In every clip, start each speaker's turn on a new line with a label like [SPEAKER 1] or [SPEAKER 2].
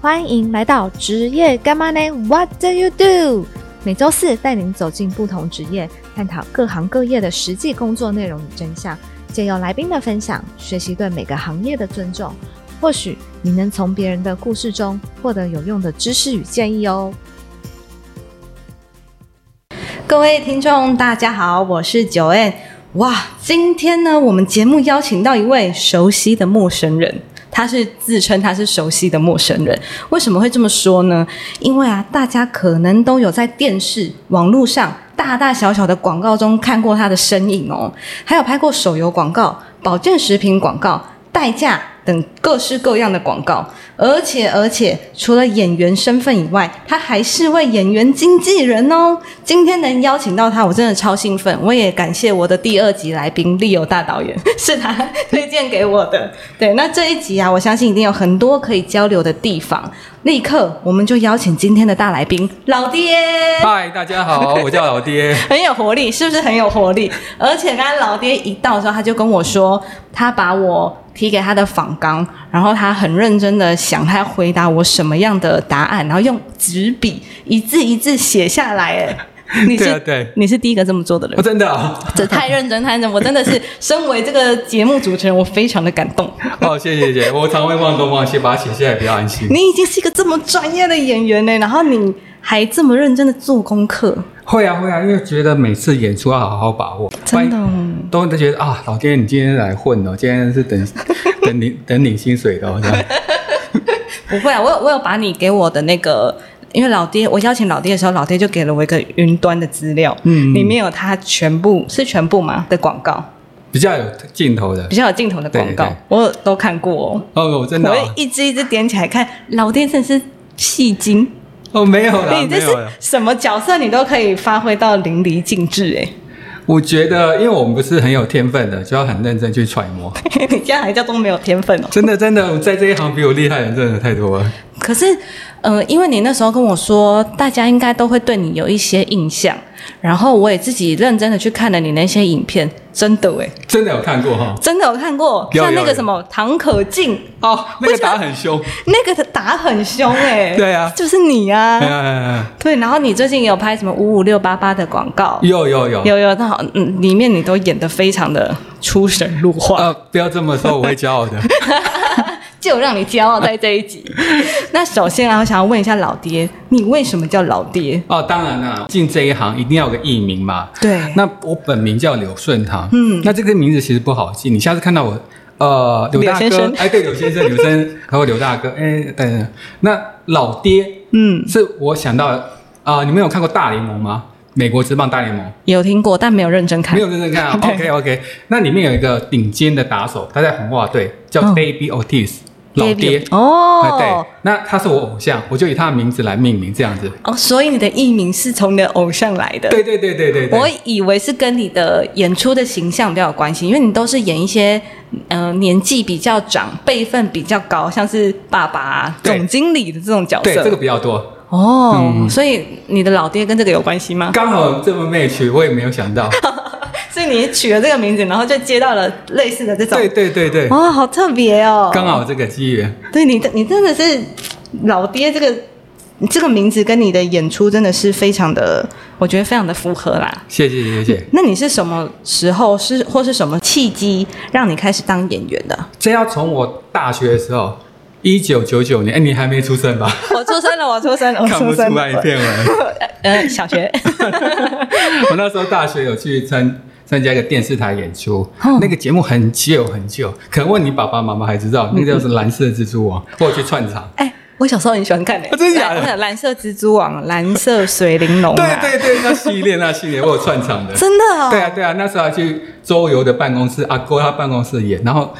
[SPEAKER 1] 欢迎来到职业干嘛呢？What do you do？每周四带您走进不同职业，探讨各行各业的实际工作内容与真相，借由来宾的分享，学习对每个行业的尊重。或许你能从别人的故事中获得有用的知识与建议哦。各位听众，大家好，我是九 N。哇，今天呢，我们节目邀请到一位熟悉的陌生人，他是自称他是熟悉的陌生人。为什么会这么说呢？因为啊，大家可能都有在电视、网络上大大小小的广告中看过他的身影哦，还有拍过手游广告、保健食品广告、代驾等各式各样的广告。而且而且，除了演员身份以外，他还是位演员经纪人哦。今天能邀请到他，我真的超兴奋。我也感谢我的第二集来宾利友大导演， 是他推荐给我的。对，那这一集啊，我相信一定有很多可以交流的地方。立刻，我们就邀请今天的大来宾老爹。
[SPEAKER 2] 嗨，大家好，我叫老爹。
[SPEAKER 1] 很有活力，是不是很有活力？而且刚刚老爹一到的时候，他就跟我说，他把我提给他的访纲，然后他很认真的想他要回答我什么样的答案，然后用纸笔一字一字写下来。 哎，你是
[SPEAKER 2] 对啊对
[SPEAKER 1] 你是第一个这么做的人
[SPEAKER 2] 我、，真的 哦，
[SPEAKER 1] 这太认真太认真，我真的是身为这个节目主持人，我非常的感动。
[SPEAKER 2] 哦，谢谢谢谢，我常会忘东忘西，把它写下来比较安 心。
[SPEAKER 1] 你已经是一个这么专业的演员呢，然后你还这么认真的做功课，
[SPEAKER 2] 会啊会啊，因为觉得每次演出要好好把握，
[SPEAKER 1] 真的哦
[SPEAKER 2] 都都觉得啊，老爹你今天来混的哦，今天是等 等领等领薪水的哦，这样。
[SPEAKER 1] 不会啊，我有我有把你给我的那个，因为老爹我邀请老爹的时候，老爹就给了我一个云端的资料，
[SPEAKER 2] 嗯
[SPEAKER 1] 里面有他全部是全部吗的广告，
[SPEAKER 2] 比较有镜头的
[SPEAKER 1] 比。较有镜头的广告，
[SPEAKER 2] 对对对
[SPEAKER 1] 我都看过哦，
[SPEAKER 2] 哦，我真的
[SPEAKER 1] 我
[SPEAKER 2] 哦
[SPEAKER 1] 会一支一支点起来看，老爹真是戏精，
[SPEAKER 2] 哦，没有啦，
[SPEAKER 1] 你
[SPEAKER 2] 没
[SPEAKER 1] 这
[SPEAKER 2] 有啊
[SPEAKER 1] 是
[SPEAKER 2] 啦。
[SPEAKER 1] 什么角色你都可以发挥到淋漓尽致哎、
[SPEAKER 2] 我觉得，因为我们不是很有天分的，就要很认真去揣摩。
[SPEAKER 1] 你这样还叫做没有天分哦。
[SPEAKER 2] 真的真的，在这一行比我厉害的人真的太多了。
[SPEAKER 1] 可是，呃，因为你那时候跟我说，大家应该都会对你有一些印象，然后我也自己认真的去看了你那些影片，真的诶，
[SPEAKER 2] 真的有看过哈、
[SPEAKER 1] 真的有看过，
[SPEAKER 2] 有
[SPEAKER 1] 像那
[SPEAKER 2] 有
[SPEAKER 1] 个
[SPEAKER 2] 有
[SPEAKER 1] 什么唐可敬，
[SPEAKER 2] 哦，那个打很凶。
[SPEAKER 1] 那个打很凶诶，
[SPEAKER 2] 对啊
[SPEAKER 1] 就是你啊，
[SPEAKER 2] 哎哎哎哎
[SPEAKER 1] 对，然后你最近也有拍什么五五六八八的广告，
[SPEAKER 2] 有有有
[SPEAKER 1] 有有，那好，嗯，里面你都演的非常的出神入化，
[SPEAKER 2] 呃，不要这么说，我会骄 傲的。
[SPEAKER 1] 就让你骄傲在这一 集。那首先啊，我想要问一下老爹，你为什么叫老爹？
[SPEAKER 2] 哦，当然啦，进这一行一定要有个艺名嘛。
[SPEAKER 1] 对
[SPEAKER 2] 那我本名叫柳顺堂，嗯，那这个名字其实不好记，你下次看到我，呃，柳大
[SPEAKER 1] 柳先
[SPEAKER 2] 哥
[SPEAKER 1] 生，
[SPEAKER 2] 哎，对，柳 先生，柳先生，还有柳大哥，哎，等等，那老爹，嗯，是我想到的，啊、你们有看过大联盟吗？美国职棒大 联盟
[SPEAKER 1] 有听过，但没有认真看。
[SPEAKER 2] 没。有认真看啊
[SPEAKER 1] 对
[SPEAKER 2] OK OK，那里面有一个顶尖的打手，他在红袜队叫
[SPEAKER 1] 嗯
[SPEAKER 2] Baby Otis，、老
[SPEAKER 1] David，
[SPEAKER 2] 爹哎对
[SPEAKER 1] 哦，，
[SPEAKER 2] 那他是我偶像，我就以他的名字来命名这样子。
[SPEAKER 1] 哦，所以你的艺名是从你的偶像来的。
[SPEAKER 2] 对对对对对对，
[SPEAKER 1] 我以为是跟你的演出的形象比较有关系，因为你都是演一些呃年纪比较长、辈分比较高，像是爸爸啊、
[SPEAKER 2] 对
[SPEAKER 1] 总经理的这种角
[SPEAKER 2] 对
[SPEAKER 1] 色。
[SPEAKER 2] 这个比较多，
[SPEAKER 1] 哦，所以你的老爹跟这个有关系吗？
[SPEAKER 2] 刚好这么 match，我也没有想 到。
[SPEAKER 1] 哦所以你取了这个名字，然后就接到了类似的这种。
[SPEAKER 2] 对对对对，
[SPEAKER 1] 哦，好特别哦！
[SPEAKER 2] 刚好这个机缘。
[SPEAKER 1] 对你的，你真的是老爹这个这个名字跟你的演出真的是非常的，我觉得非常的符合啦。
[SPEAKER 2] 谢谢谢谢谢谢，
[SPEAKER 1] 那你是什么时候是或是什么契机让你开始当演员的？
[SPEAKER 2] 这要从我大学的时候，一九九九年，哎，你还没出生吧？
[SPEAKER 1] 我出生了，我 出生了，我
[SPEAKER 2] 看不
[SPEAKER 1] 出生
[SPEAKER 2] 出来一
[SPEAKER 1] 了。
[SPEAKER 2] 片文。
[SPEAKER 1] 呃，小学
[SPEAKER 2] 我那时候大学有去参参加一个电视台演出
[SPEAKER 1] 嗯，
[SPEAKER 2] 那个节目很旧很旧，可能问你爸爸妈妈还知道，那个叫是《蓝色蜘蛛网》，我有去串场。
[SPEAKER 1] 哎、我小时候很喜欢看的、
[SPEAKER 2] 啊真的假的
[SPEAKER 1] 蓝蓝色蜘蛛网，蓝色水玲珑、啊，
[SPEAKER 2] 对对对，那系列那系列我有串场的。
[SPEAKER 1] 真的哦。
[SPEAKER 2] 对啊，对啊，那时候还去周游的办公室，阿哥他办公室演，然后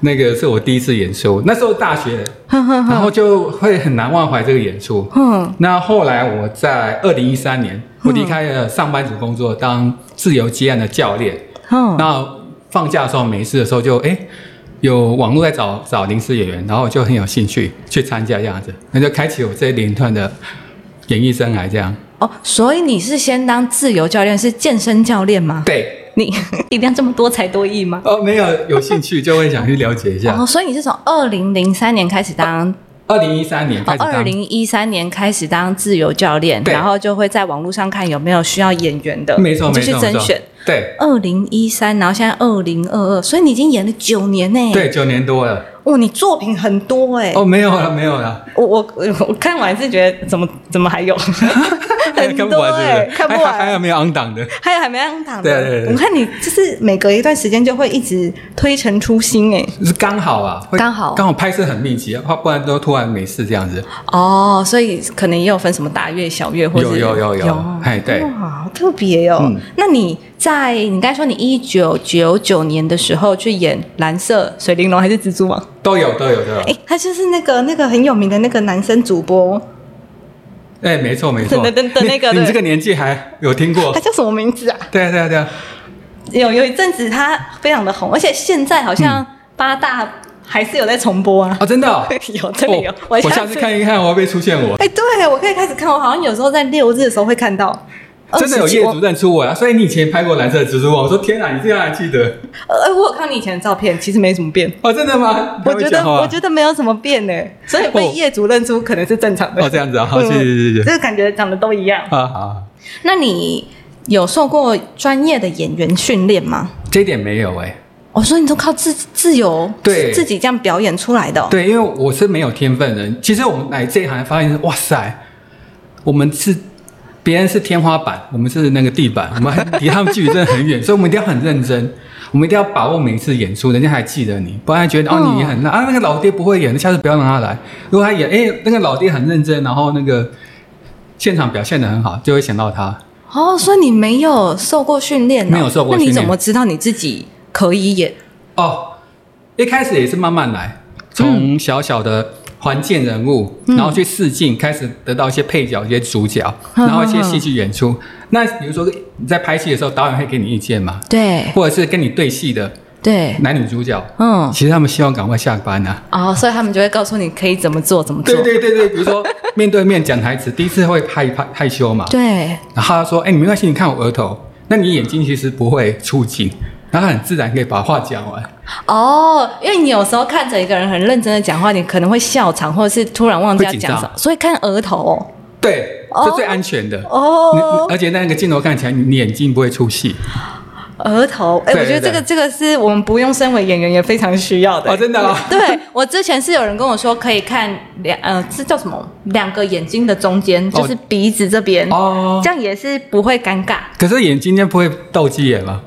[SPEAKER 2] 那个是我第一次演出，那时候大学，然后就会很难忘怀这个演出。
[SPEAKER 1] 嗯，
[SPEAKER 2] 那后来我在二零一三年，我离开了上班族工作，当自由接案的教练。
[SPEAKER 1] 嗯
[SPEAKER 2] 那放假的时候没事的时候就，哎有网络在找找临时演员，然后我就很有兴趣去参加这样子，那就开启我这一连串的演艺生涯这样。
[SPEAKER 1] 哦，所以你是先当自由教练，是健身教练吗？
[SPEAKER 2] 对，
[SPEAKER 1] 你 一定要这么多才多艺吗？
[SPEAKER 2] 哦，没有有兴趣就会想去了解一下。
[SPEAKER 1] 哦，所以你是从二零零三年开始当哦
[SPEAKER 2] 二零一三年开始当，
[SPEAKER 1] 二零一三年开始当自由教练，
[SPEAKER 2] 对
[SPEAKER 1] 然后就会在网络上看有没有需要演员的，
[SPEAKER 2] 没错
[SPEAKER 1] 你
[SPEAKER 2] 没
[SPEAKER 1] 就去
[SPEAKER 2] 错没
[SPEAKER 1] 甄
[SPEAKER 2] 错
[SPEAKER 1] 选。，
[SPEAKER 2] 对
[SPEAKER 1] 二零一三，然后现在二零二二，所以你已经演了九年呢。，
[SPEAKER 2] 对，九年多了。
[SPEAKER 1] 哦，你作品很多哎、
[SPEAKER 2] 哦，没有了没有了，
[SPEAKER 1] 我我我我看完是觉得怎么怎么还 有很
[SPEAKER 2] 看不
[SPEAKER 1] 多
[SPEAKER 2] 完
[SPEAKER 1] 哎、
[SPEAKER 2] 是不是？
[SPEAKER 1] 看不
[SPEAKER 2] 还还还有
[SPEAKER 1] 完。
[SPEAKER 2] 没有 on 档的？
[SPEAKER 1] 还有还没让档
[SPEAKER 2] 对
[SPEAKER 1] 的，
[SPEAKER 2] 对对对
[SPEAKER 1] 我看你就是每隔一段时间就会一直推陈出新哎，
[SPEAKER 2] 是刚好啊，会
[SPEAKER 1] 刚好
[SPEAKER 2] 刚好拍摄很密集，不不然都突然没事这样子。
[SPEAKER 1] 哦，所以可能也有分什么大月、小月，或者
[SPEAKER 2] 有有有有
[SPEAKER 1] 有，
[SPEAKER 2] 哎对
[SPEAKER 1] 哇，好特别哦。
[SPEAKER 2] 嗯
[SPEAKER 1] 那你在你刚才说你一九九九年的时候去演蓝色水玲珑还是蜘蛛网？
[SPEAKER 2] 都有都有都有。
[SPEAKER 1] 哎，他就是那个那个很有名的那个男生主播，
[SPEAKER 2] 哦哎，没错没错，
[SPEAKER 1] 等等等那个
[SPEAKER 2] 你
[SPEAKER 1] 对
[SPEAKER 2] 你这个年纪还有听过
[SPEAKER 1] 他？叫什么名字啊？
[SPEAKER 2] 对啊对啊对啊，
[SPEAKER 1] 有有一阵子他非常的红，而且现在好
[SPEAKER 2] 嗯
[SPEAKER 1] 像八大还是有在重播啊。
[SPEAKER 2] 哦，真的哦
[SPEAKER 1] 有 真的有
[SPEAKER 2] 哦，我下次。看一看，我会不会出现我？
[SPEAKER 1] 哎，对，我可以开始看，我好像有时候在六日的时候会看到。哦
[SPEAKER 2] 真的有
[SPEAKER 1] 20几
[SPEAKER 2] 业主认出我啊！所以你以前拍过蓝色蜘蛛网，我说天哪，你这样还记得？
[SPEAKER 1] 呃，我有看你以前的照片，其实没什么变。
[SPEAKER 2] 哦，真的吗？
[SPEAKER 1] 我觉得我
[SPEAKER 2] 得
[SPEAKER 1] 觉得没有什么变呢，所以被
[SPEAKER 2] 哦
[SPEAKER 1] 业主认出可能是正常的。
[SPEAKER 2] 哦这样子啊，好，谢谢谢谢
[SPEAKER 1] 这
[SPEAKER 2] 谢谢。
[SPEAKER 1] 个感觉长得都一样。
[SPEAKER 2] 啊好，
[SPEAKER 1] 那你有受过专业的演员训练吗？
[SPEAKER 2] 这一点没有哎，
[SPEAKER 1] 我说你都靠自自由，
[SPEAKER 2] 对
[SPEAKER 1] 自己这样表演出来的哦、
[SPEAKER 2] 对，因为我是没有天分的。其实我们来这一行发现，哇塞，我们是别人是天花板，我们是那个地板，我们还离他们距离真的很远，所以我们一定要很认真，我们一定要把握每一次演出，人家还记得你，不然觉得哦
[SPEAKER 1] 嗯
[SPEAKER 2] 你也很烂啊，那个老爹不会演，下次不要让他来。如果他演，哎，那个老爹很认真，然后那个现场表现的很好，就会想到他。
[SPEAKER 1] 哦，所以你没有受过训练哦、
[SPEAKER 2] 没有受过
[SPEAKER 1] 那你
[SPEAKER 2] 训练
[SPEAKER 1] 怎么知道你自己可以演？
[SPEAKER 2] 哦，一开始也是慢慢来，从小小的环境人物，然后去试镜，开始得到一些配角、一些主角，
[SPEAKER 1] 嗯
[SPEAKER 2] 然后一些戏剧演出。那比如说你在拍戏的时候，导演会给你意见嘛，
[SPEAKER 1] 对
[SPEAKER 2] 或者是跟你对戏的
[SPEAKER 1] 对，
[SPEAKER 2] 男女主角，
[SPEAKER 1] 嗯，
[SPEAKER 2] 其实他们希望赶快下班啊。
[SPEAKER 1] 哦，所以他们就会告诉你可以怎么做，怎么做。
[SPEAKER 2] 对对对对，比如说面对面讲台词，第一次会害怕害羞嘛，
[SPEAKER 1] 对
[SPEAKER 2] 然后他说：“哎、你没关系，你看我额头，那你眼睛其实不会触景，然后很自然可以把话讲完。”
[SPEAKER 1] 哦，因为你有时候看着一个人很认真的讲话，你可能会笑场，或者是突然忘记要
[SPEAKER 2] 会紧
[SPEAKER 1] 讲
[SPEAKER 2] 张
[SPEAKER 1] 什么，所以看额头哦。
[SPEAKER 2] 对，
[SPEAKER 1] 哦
[SPEAKER 2] 是最安全的。你
[SPEAKER 1] 哦
[SPEAKER 2] 而且那个镜头看起来，你眼睛不会出戏
[SPEAKER 1] 额头，哎、
[SPEAKER 2] 对
[SPEAKER 1] 我觉得这
[SPEAKER 2] 对
[SPEAKER 1] 个这个是我们不用身为演员也非常需要的、
[SPEAKER 2] 哦，真的 啊、
[SPEAKER 1] 对我之前是有人跟我说可以看两呃，这叫什么？两个眼睛的中间，
[SPEAKER 2] 哦
[SPEAKER 1] 就是鼻子这边，
[SPEAKER 2] 哦。
[SPEAKER 1] 这样也是不会尴尬。
[SPEAKER 2] 可是眼睛间不会斗鸡眼吗？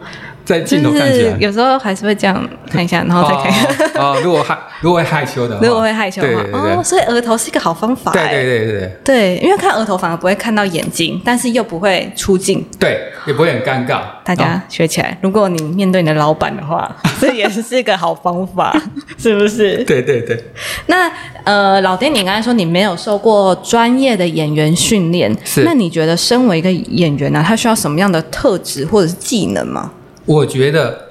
[SPEAKER 2] 在镜头看起
[SPEAKER 1] 就
[SPEAKER 2] 来
[SPEAKER 1] 是，有时候还是会这样看一下，然后再看。
[SPEAKER 2] 哦哦，哦如果害如果会害羞的 话，
[SPEAKER 1] 如果会害羞的
[SPEAKER 2] 对
[SPEAKER 1] 话
[SPEAKER 2] 对，对
[SPEAKER 1] 哦，所以额头是一个好方法、
[SPEAKER 2] 对
[SPEAKER 1] 哎
[SPEAKER 2] 对对对对
[SPEAKER 1] 对因为看额头反而不会看到眼睛，但是又不会出镜。
[SPEAKER 2] 对，也不会很尴尬。
[SPEAKER 1] 大
[SPEAKER 2] 哦
[SPEAKER 1] 家学起来，如果你面对你的老板的话， 这也是一个好方法， 是不是？
[SPEAKER 2] 对对对，
[SPEAKER 1] 那呃，老爹，你刚才说你没有受过专业的演员训练，
[SPEAKER 2] 是
[SPEAKER 1] 那你觉得身为一个演员呢、啊他需要什么样的特质或者是技能吗？
[SPEAKER 2] 我觉得。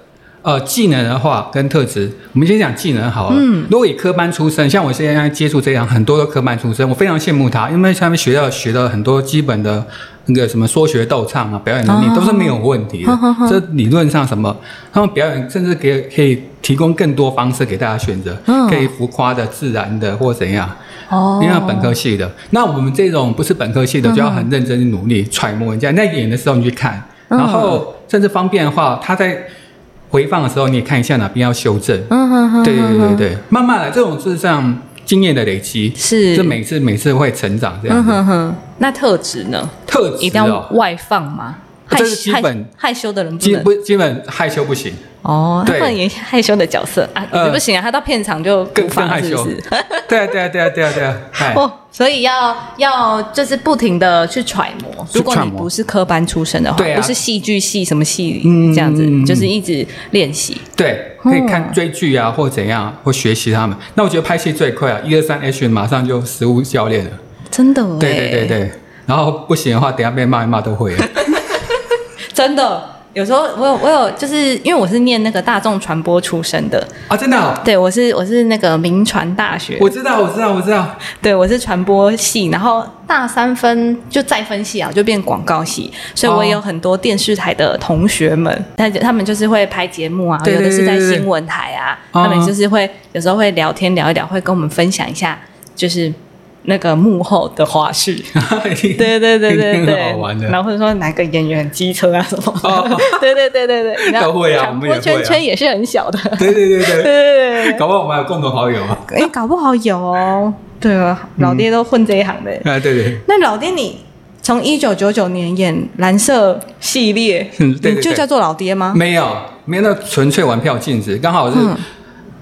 [SPEAKER 2] 呃，技能的话跟特质，我们先讲技能好了。嗯，如果以科班出身，像我现在接触这一行，很多都科班出身，我非常羡慕他，因为他们学校学的很多基本的那个什么说学逗唱啊、表演能力、
[SPEAKER 1] 哦
[SPEAKER 2] 都是没有问题 的。
[SPEAKER 1] 哦哦哦
[SPEAKER 2] 这理论上什么，他们表演甚至给可以提供更多方式给大家选择，
[SPEAKER 1] 嗯
[SPEAKER 2] 可以浮夸的、自然的或怎样。
[SPEAKER 1] 哦
[SPEAKER 2] 因为他本科系的，那我们这种不是本科系的，就要很认真努力揣摩人家。那演的时候你去看，
[SPEAKER 1] 嗯
[SPEAKER 2] 然后甚至方便的话，他在回放的时候你也看一下哪边要修正。
[SPEAKER 1] 嗯哼哼，
[SPEAKER 2] 对对对对，慢慢来，这种是上经验的累积，
[SPEAKER 1] 是
[SPEAKER 2] 这每次每次会成长这
[SPEAKER 1] 嗯
[SPEAKER 2] 样子。
[SPEAKER 1] 哼哼。那特质呢？
[SPEAKER 2] 特质
[SPEAKER 1] 一定要嗯
[SPEAKER 2] 哦，
[SPEAKER 1] 外放吗？害
[SPEAKER 2] 呃这是基本
[SPEAKER 1] 害害羞的人不
[SPEAKER 2] 基
[SPEAKER 1] 能
[SPEAKER 2] 不基本害羞不行，
[SPEAKER 1] 哦，他
[SPEAKER 2] 对
[SPEAKER 1] 不能演害羞的角色啊，
[SPEAKER 2] 呃
[SPEAKER 1] 不行啊，他到片场就
[SPEAKER 2] 更
[SPEAKER 1] 无法
[SPEAKER 2] 更害羞
[SPEAKER 1] 是不是
[SPEAKER 2] 对啊对啊对啊对啊 对啊，哎，
[SPEAKER 1] 哦，所以要要就是不停的去揣摩。
[SPEAKER 2] 去
[SPEAKER 1] 如果
[SPEAKER 2] 揣
[SPEAKER 1] 你
[SPEAKER 2] 摩
[SPEAKER 1] 不是科班出身的话，
[SPEAKER 2] 对啊
[SPEAKER 1] 不是戏剧系什么系
[SPEAKER 2] 嗯
[SPEAKER 1] 这样子，
[SPEAKER 2] 嗯嗯
[SPEAKER 1] 就是一直练习。
[SPEAKER 2] 对，可以
[SPEAKER 1] 哦
[SPEAKER 2] 看追剧啊，或怎样，或学习他们。那我觉得拍戏最快啊，一二三 action 马上就实物教练了。
[SPEAKER 1] 真的哎，
[SPEAKER 2] 对对对对，然后不行的话，等一下被骂一骂 都会。
[SPEAKER 1] 真的。有时候我有我有，就是因为我是念那个大众传播出身的，
[SPEAKER 2] 啊，真的哦、
[SPEAKER 1] 对我是我是那个民传大学，
[SPEAKER 2] 我知道，我知道，我知道。
[SPEAKER 1] 对我是传播系，然后大三分就再分系啊，就变广告系，所以我也有
[SPEAKER 2] 哦
[SPEAKER 1] 很多电视台的同学们，但他们就是会拍节目啊，
[SPEAKER 2] 对对
[SPEAKER 1] 有的是在
[SPEAKER 2] 对对对
[SPEAKER 1] 新闻台啊，
[SPEAKER 2] 哦
[SPEAKER 1] 他们就是会有时候会聊天聊一聊，会跟我们分享一下。就是那个幕后的花 絮。对对对对
[SPEAKER 2] 一定
[SPEAKER 1] 对，
[SPEAKER 2] 很好玩的
[SPEAKER 1] 然后或者说哪个演员很机车啊什 么的，
[SPEAKER 2] 哦
[SPEAKER 1] 对对对对对，然后
[SPEAKER 2] 都会啊我
[SPEAKER 1] 传
[SPEAKER 2] 们
[SPEAKER 1] 播
[SPEAKER 2] 也会啊
[SPEAKER 1] 圈圈也是很小的，
[SPEAKER 2] 对对对
[SPEAKER 1] 对
[SPEAKER 2] 对，
[SPEAKER 1] 对对对
[SPEAKER 2] 搞不好我们还有共同好友啊！
[SPEAKER 1] 对，哎，搞不好有哦。对啊，老爹都混这一行的。
[SPEAKER 2] 啊，对对，
[SPEAKER 1] 那老爹你从一九九九年演蓝色系列，
[SPEAKER 2] 嗯 对对
[SPEAKER 1] 你就
[SPEAKER 2] 对
[SPEAKER 1] 叫做老爹吗？
[SPEAKER 2] 没有，没有，那纯粹玩票性质，刚好是
[SPEAKER 1] 嗯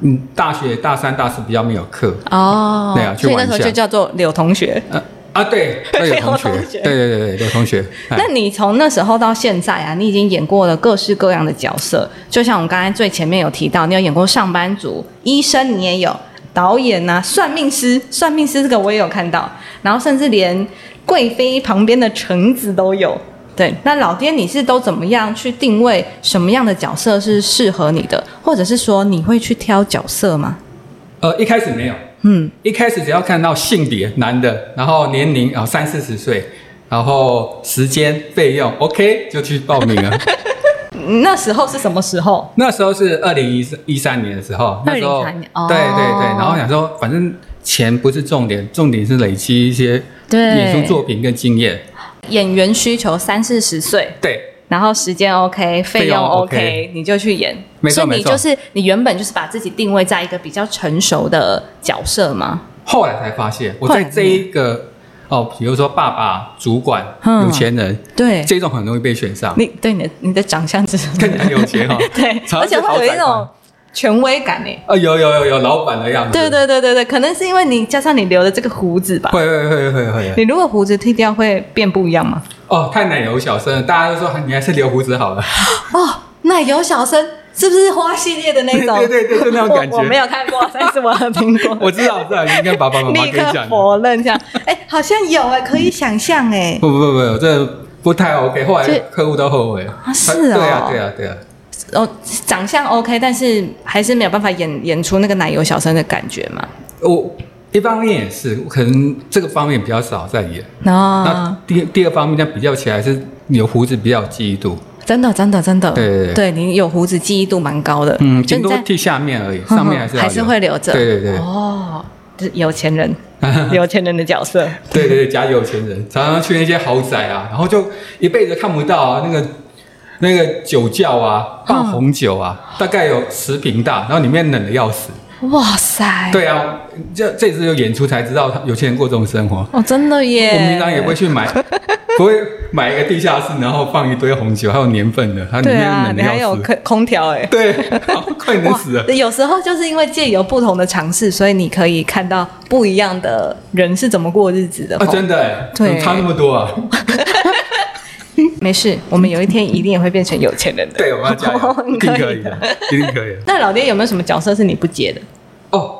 [SPEAKER 2] 嗯，大学大三、大四比较没有课，
[SPEAKER 1] 哦，
[SPEAKER 2] 对啊去
[SPEAKER 1] 所以那
[SPEAKER 2] 玩
[SPEAKER 1] 时
[SPEAKER 2] 一
[SPEAKER 1] 候
[SPEAKER 2] 下
[SPEAKER 1] 就叫做柳同学。
[SPEAKER 2] 呃啊， 对，都有同学
[SPEAKER 1] 有同，学
[SPEAKER 2] 对对对对，有同学。哎
[SPEAKER 1] 那你从那时候到现在啊，你已经演过了各式各样的角色，就像我们刚才最前面有提到，你有演过上班族、医生，你也有导演呐、算命师，算命师这个我也有看到，然后甚至连贵妃旁边的橙子都有。对，那老爹你是都怎么样去定位什么样的角色是适合你的，或者是说你会去挑角色吗？
[SPEAKER 2] 呃，一开始没有，
[SPEAKER 1] 嗯，
[SPEAKER 2] 一开始只要看到性别男的，然后年龄啊三四十岁，然后时间费用 OK 就去报名了。
[SPEAKER 1] 那时候是什么时候？
[SPEAKER 2] 那时候是二零一一三年的时候，那时候
[SPEAKER 1] 2013年哦
[SPEAKER 2] 对对对，然后想说反正钱不是重点，重点是累积一些
[SPEAKER 1] 对
[SPEAKER 2] 演出作品跟经验。
[SPEAKER 1] 演员需求三四十岁，
[SPEAKER 2] 对
[SPEAKER 1] 然后时间 OK，费用 OK，,
[SPEAKER 2] 费用
[SPEAKER 1] 你就去演。
[SPEAKER 2] 没
[SPEAKER 1] 所以
[SPEAKER 2] 错
[SPEAKER 1] 你
[SPEAKER 2] 没错
[SPEAKER 1] 就是你原本就是把自己定位在一个比较成熟的角色嘛。
[SPEAKER 2] 后来才发现，我
[SPEAKER 1] 后来
[SPEAKER 2] 在这一个哦，比如说爸爸、主管、
[SPEAKER 1] 嗯
[SPEAKER 2] 有钱人，
[SPEAKER 1] 对，
[SPEAKER 2] 这种很容易被选上，
[SPEAKER 1] 你对你的你的长相是什么？。
[SPEAKER 2] 看起来有钱哈哦
[SPEAKER 1] 对，
[SPEAKER 2] 常常
[SPEAKER 1] 而且
[SPEAKER 2] 是豪
[SPEAKER 1] 会有一
[SPEAKER 2] 宅款
[SPEAKER 1] 种 权威感诶。
[SPEAKER 2] 啊，有有有有老板的样子，
[SPEAKER 1] 对对对对对，可能是因为你加上你留的这个胡子吧。
[SPEAKER 2] 会会会会会
[SPEAKER 1] 你如果胡子剃掉会变不一样吗？
[SPEAKER 2] 哦，太奶油小生了，大家都说你还是留胡子好了。
[SPEAKER 1] 哦，奶油小生是不是花系列的那种？
[SPEAKER 2] 对对对就那种
[SPEAKER 1] 我
[SPEAKER 2] 感觉
[SPEAKER 1] 我没有看过，但是我有听过。
[SPEAKER 2] 我知道，我知道，你应该爸爸妈妈
[SPEAKER 1] 立
[SPEAKER 2] 跟你
[SPEAKER 1] 刻
[SPEAKER 2] 讲。不
[SPEAKER 1] 否认这样，哎、好像有哎、可以想象哎、
[SPEAKER 2] 不不不，这不太 OK。后
[SPEAKER 1] 所
[SPEAKER 2] 来
[SPEAKER 1] 以
[SPEAKER 2] 客户都后悔。啊
[SPEAKER 1] 是
[SPEAKER 2] 对
[SPEAKER 1] 哦
[SPEAKER 2] 啊，对啊，对啊。
[SPEAKER 1] 哦，长相 OK，但是还是没有办法演演出那个奶油小生的感觉嘛。
[SPEAKER 2] 我一方面也是，可能这个方面比较少在演。
[SPEAKER 1] 哦
[SPEAKER 2] 那，第第二方面，但比较起来是有胡子比较有记忆度，
[SPEAKER 1] 真的真的真的，
[SPEAKER 2] 对对对
[SPEAKER 1] 你有胡子记忆度蛮高的，
[SPEAKER 2] 嗯，
[SPEAKER 1] 就
[SPEAKER 2] 顶
[SPEAKER 1] 你
[SPEAKER 2] 多
[SPEAKER 1] 在嗯
[SPEAKER 2] 剃下面而已，上面还是要
[SPEAKER 1] 还是
[SPEAKER 2] 留
[SPEAKER 1] 会留着。
[SPEAKER 2] 对对对
[SPEAKER 1] 哦，就是有钱 人，有钱人的角色。
[SPEAKER 2] 对对对，假有钱人常常去那些豪宅啊，然后就一辈子看不到啊，那个那个酒窖啊，
[SPEAKER 1] 嗯
[SPEAKER 2] 放红酒啊，大概有十平大，然后里面冷的要死。
[SPEAKER 1] 哇塞，，
[SPEAKER 2] 对啊，这这也是有演出才知道他有钱人过这种生活。
[SPEAKER 1] 哦，真的耶。
[SPEAKER 2] 我们平常也不会 去买，不会买一个地下室，然后放一堆红酒，还有年份的，它里
[SPEAKER 1] 对
[SPEAKER 2] 面
[SPEAKER 1] 啊，
[SPEAKER 2] 冷
[SPEAKER 1] 你
[SPEAKER 2] 的
[SPEAKER 1] 还有
[SPEAKER 2] 要死。
[SPEAKER 1] 空空调哎、
[SPEAKER 2] 对，快冷死了。
[SPEAKER 1] 有时候就是因为借由不同的尝试，所以你可以看到不一样的人是怎么过日哦子的。
[SPEAKER 2] 啊，真的哎，
[SPEAKER 1] 对
[SPEAKER 2] 怎么差那么多啊！
[SPEAKER 1] 没事，我们有一天一定也会变成有钱人的。
[SPEAKER 2] 对，我们要加
[SPEAKER 1] 哦
[SPEAKER 2] 油，一定可以的。，一定可以的。
[SPEAKER 1] 那老爹有没有什么角色是你不接的？
[SPEAKER 2] 哦，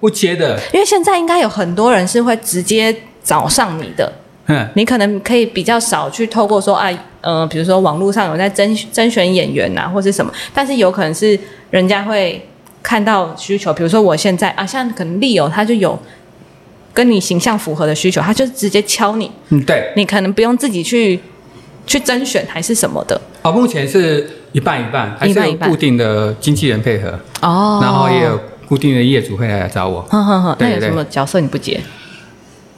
[SPEAKER 2] 不接的，
[SPEAKER 1] 因为现在应该有很多人是会直接找上你的，
[SPEAKER 2] 嗯，
[SPEAKER 1] 你可能可以比较少去透过说啊，呃，比如说网络上有在甄甄选演员呐、或是什么，但是有可能是人家会看到需求，比如说我现在啊，像可能丽友他就有跟你形象符合的需求，他就直接敲你，
[SPEAKER 2] 嗯，对，
[SPEAKER 1] 你可能不用自己去去甄选还是什么的
[SPEAKER 2] 哦，目前是一半一半，还
[SPEAKER 1] 一
[SPEAKER 2] 是
[SPEAKER 1] 半一
[SPEAKER 2] 有
[SPEAKER 1] 半
[SPEAKER 2] 固定的经纪人配合，
[SPEAKER 1] 哦
[SPEAKER 2] 然后也有固定的业主会来找我。
[SPEAKER 1] 哼哼哼，那
[SPEAKER 2] 对
[SPEAKER 1] 有
[SPEAKER 2] 对
[SPEAKER 1] 什么角色你不接？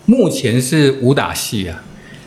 [SPEAKER 2] 目前是武打戏啊，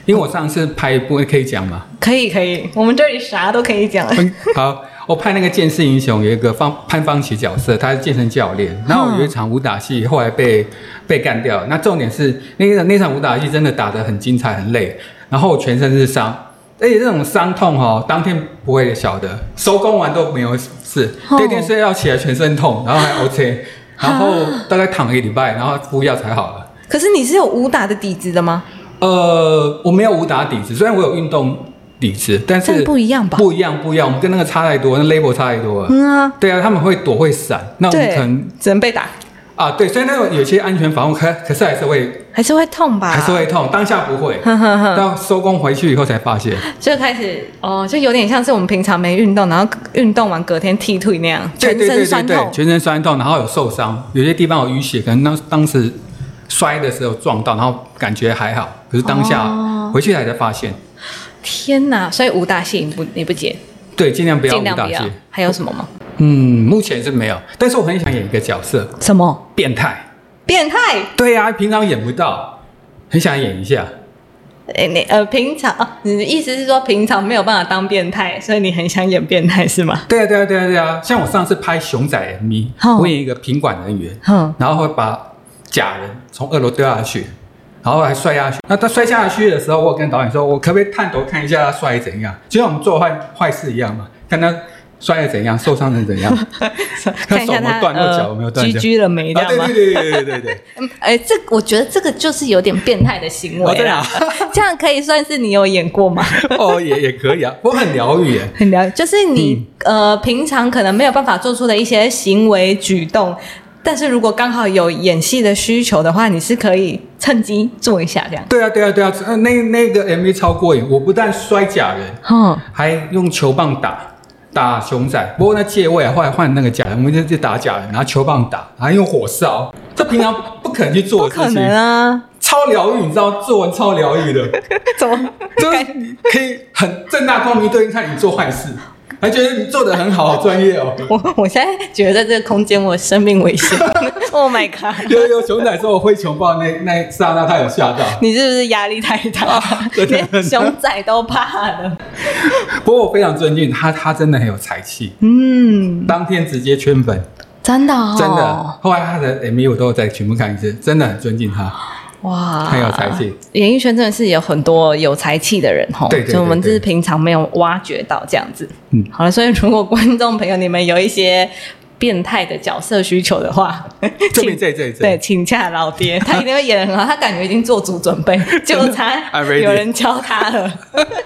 [SPEAKER 2] 因为我上次拍一部可以讲嘛，
[SPEAKER 1] 可以可以，我们这里啥都可以讲。
[SPEAKER 2] 嗯 好，我拍那个《剑士英雄》有一个方潘方琪角色，他是健身教练，然
[SPEAKER 1] 嗯
[SPEAKER 2] 后有一场武打戏后来被被干掉了，那重点是那个那场武打戏真的打得很精彩，很累，然后我全身是伤。而且这种伤痛哦，当天不会晓得，收工完都没有事。
[SPEAKER 1] 哦
[SPEAKER 2] 第二天睡觉起来全身痛，然后还 OK，然后
[SPEAKER 1] 啊
[SPEAKER 2] 大概躺一个礼拜，然后敷药才好了。
[SPEAKER 1] 可是你是有武打的底子的吗？
[SPEAKER 2] 呃，我没有武打底子，虽然我有运动底子，但
[SPEAKER 1] 但
[SPEAKER 2] 是
[SPEAKER 1] 不一样吧
[SPEAKER 2] 不一样，不一样，我们跟那个差太多，那 label 差太多了。
[SPEAKER 1] 嗯啊，
[SPEAKER 2] 对啊，他们会躲会闪，那我们
[SPEAKER 1] 对
[SPEAKER 2] 可能，
[SPEAKER 1] 只能被打，
[SPEAKER 2] 啊，对，虽然那种有些安全防护，可可是还是会
[SPEAKER 1] 还是会痛吧？
[SPEAKER 2] 还是会痛，当下不 会，
[SPEAKER 1] 哼哼哼，
[SPEAKER 2] 到收工回去以后才发现，
[SPEAKER 1] 就开始哦，就有点像是我们平常没运动，然后运动完隔天踢腿那样，
[SPEAKER 2] 对
[SPEAKER 1] 全
[SPEAKER 2] 对
[SPEAKER 1] 身
[SPEAKER 2] 对对
[SPEAKER 1] 酸
[SPEAKER 2] 对，
[SPEAKER 1] 痛。
[SPEAKER 2] 全身酸痛，然后有受伤，有些地方有淤血，可能当当时摔的时候撞到，然后感觉还好，可是当下
[SPEAKER 1] 哦
[SPEAKER 2] 回去才才发现，
[SPEAKER 1] 天哪！所以武打戏你不你不接，
[SPEAKER 2] 对，尽量不要
[SPEAKER 1] 尽
[SPEAKER 2] 武
[SPEAKER 1] 量
[SPEAKER 2] 打
[SPEAKER 1] 不
[SPEAKER 2] 戏
[SPEAKER 1] 要。。还有什么吗？
[SPEAKER 2] 嗯，目前是没有，但是我很想演一个角色，
[SPEAKER 1] 什么？
[SPEAKER 2] 变态。
[SPEAKER 1] 变态。
[SPEAKER 2] 对呀、平常演不到，很想演一下。
[SPEAKER 1] 哎，你呃，平常、哦、你的意思是说平常没有办法当变态，所以你很想演变态是吗？
[SPEAKER 2] 对啊，对啊，对啊，对啊！像我上次拍熊仔 MV，、
[SPEAKER 1] 哦
[SPEAKER 2] 我演一个品管人员，
[SPEAKER 1] 哼，
[SPEAKER 2] 然后会把假人从二楼掉下去，然后还摔下去。那他摔下去的时候，我有跟导演说，我可不可以探头看一下他摔得怎样？就像我们做坏坏事一样嘛，看他摔得怎样，受伤成 怎样。啊，
[SPEAKER 1] 看一下
[SPEAKER 2] 手有没有
[SPEAKER 1] 他
[SPEAKER 2] 断或
[SPEAKER 1] 呃
[SPEAKER 2] 脚有没有断
[SPEAKER 1] 居居了没这样
[SPEAKER 2] 啊对
[SPEAKER 1] 吗
[SPEAKER 2] 对？对对对对对。
[SPEAKER 1] 嗯哎，这我觉得这个就是有点变态的行
[SPEAKER 2] 哦
[SPEAKER 1] 为
[SPEAKER 2] 真的
[SPEAKER 1] 啦
[SPEAKER 2] 啊。
[SPEAKER 1] 这样可以算是你有演过吗？
[SPEAKER 2] 哦，也也可以啊，我很疗愈耶。
[SPEAKER 1] 很了解，就是你、
[SPEAKER 2] 嗯
[SPEAKER 1] 呃平常可能没有办法做出的一些行为举动，但是如果刚好有演戏的需求的话，你是可以趁机做一下这样。
[SPEAKER 2] 对啊，对啊，对啊，呃那那个 MV 超过瘾，我不但摔假人，
[SPEAKER 1] 哼，
[SPEAKER 2] 还用球棒打打熊仔。不过那借位啊，后来换那个假人，我们就就打假人，拿球棒打，还用火烧，这平常不可能去做
[SPEAKER 1] 不
[SPEAKER 2] 的
[SPEAKER 1] 可
[SPEAKER 2] 事
[SPEAKER 1] 能
[SPEAKER 2] 情，
[SPEAKER 1] 啊！
[SPEAKER 2] 超疗愈，你知道，做完超疗 愈的，
[SPEAKER 1] 怎么？
[SPEAKER 2] 就是你可以很正大光明对人看你做坏事，还觉得你做的很好，好专业哦。
[SPEAKER 1] 我我现在觉得这个空间我生命危 险。oh my god！
[SPEAKER 2] 有有熊仔说我会穷爆那那一刹那，他有吓到。
[SPEAKER 1] 你是不是压力太大
[SPEAKER 2] 啊？真的
[SPEAKER 1] 连熊仔都怕了。
[SPEAKER 2] 不过我非常尊敬他，他真的很有才气，
[SPEAKER 1] 嗯，
[SPEAKER 2] 当天直接圈粉。
[SPEAKER 1] 真的、哦，
[SPEAKER 2] 真的，后来他的 MV 我都有再全部看一次，真的很尊敬他。
[SPEAKER 1] 哇，
[SPEAKER 2] 很有才气。
[SPEAKER 1] 演艺圈真的是有很多有才气的人吼，
[SPEAKER 2] 对对对
[SPEAKER 1] 所以我们只是
[SPEAKER 2] 对
[SPEAKER 1] 平常没有挖掘到这样子。
[SPEAKER 2] 嗯
[SPEAKER 1] 好了，所以如果观众朋友你们有一些变态的角色需求的话，
[SPEAKER 2] 这边
[SPEAKER 1] 请
[SPEAKER 2] 这这
[SPEAKER 1] 对，
[SPEAKER 2] 这，
[SPEAKER 1] 请假老 爹，他一定会演得很好，他感觉已经做足准备，就差
[SPEAKER 2] I'm ready
[SPEAKER 1] 有人教他了，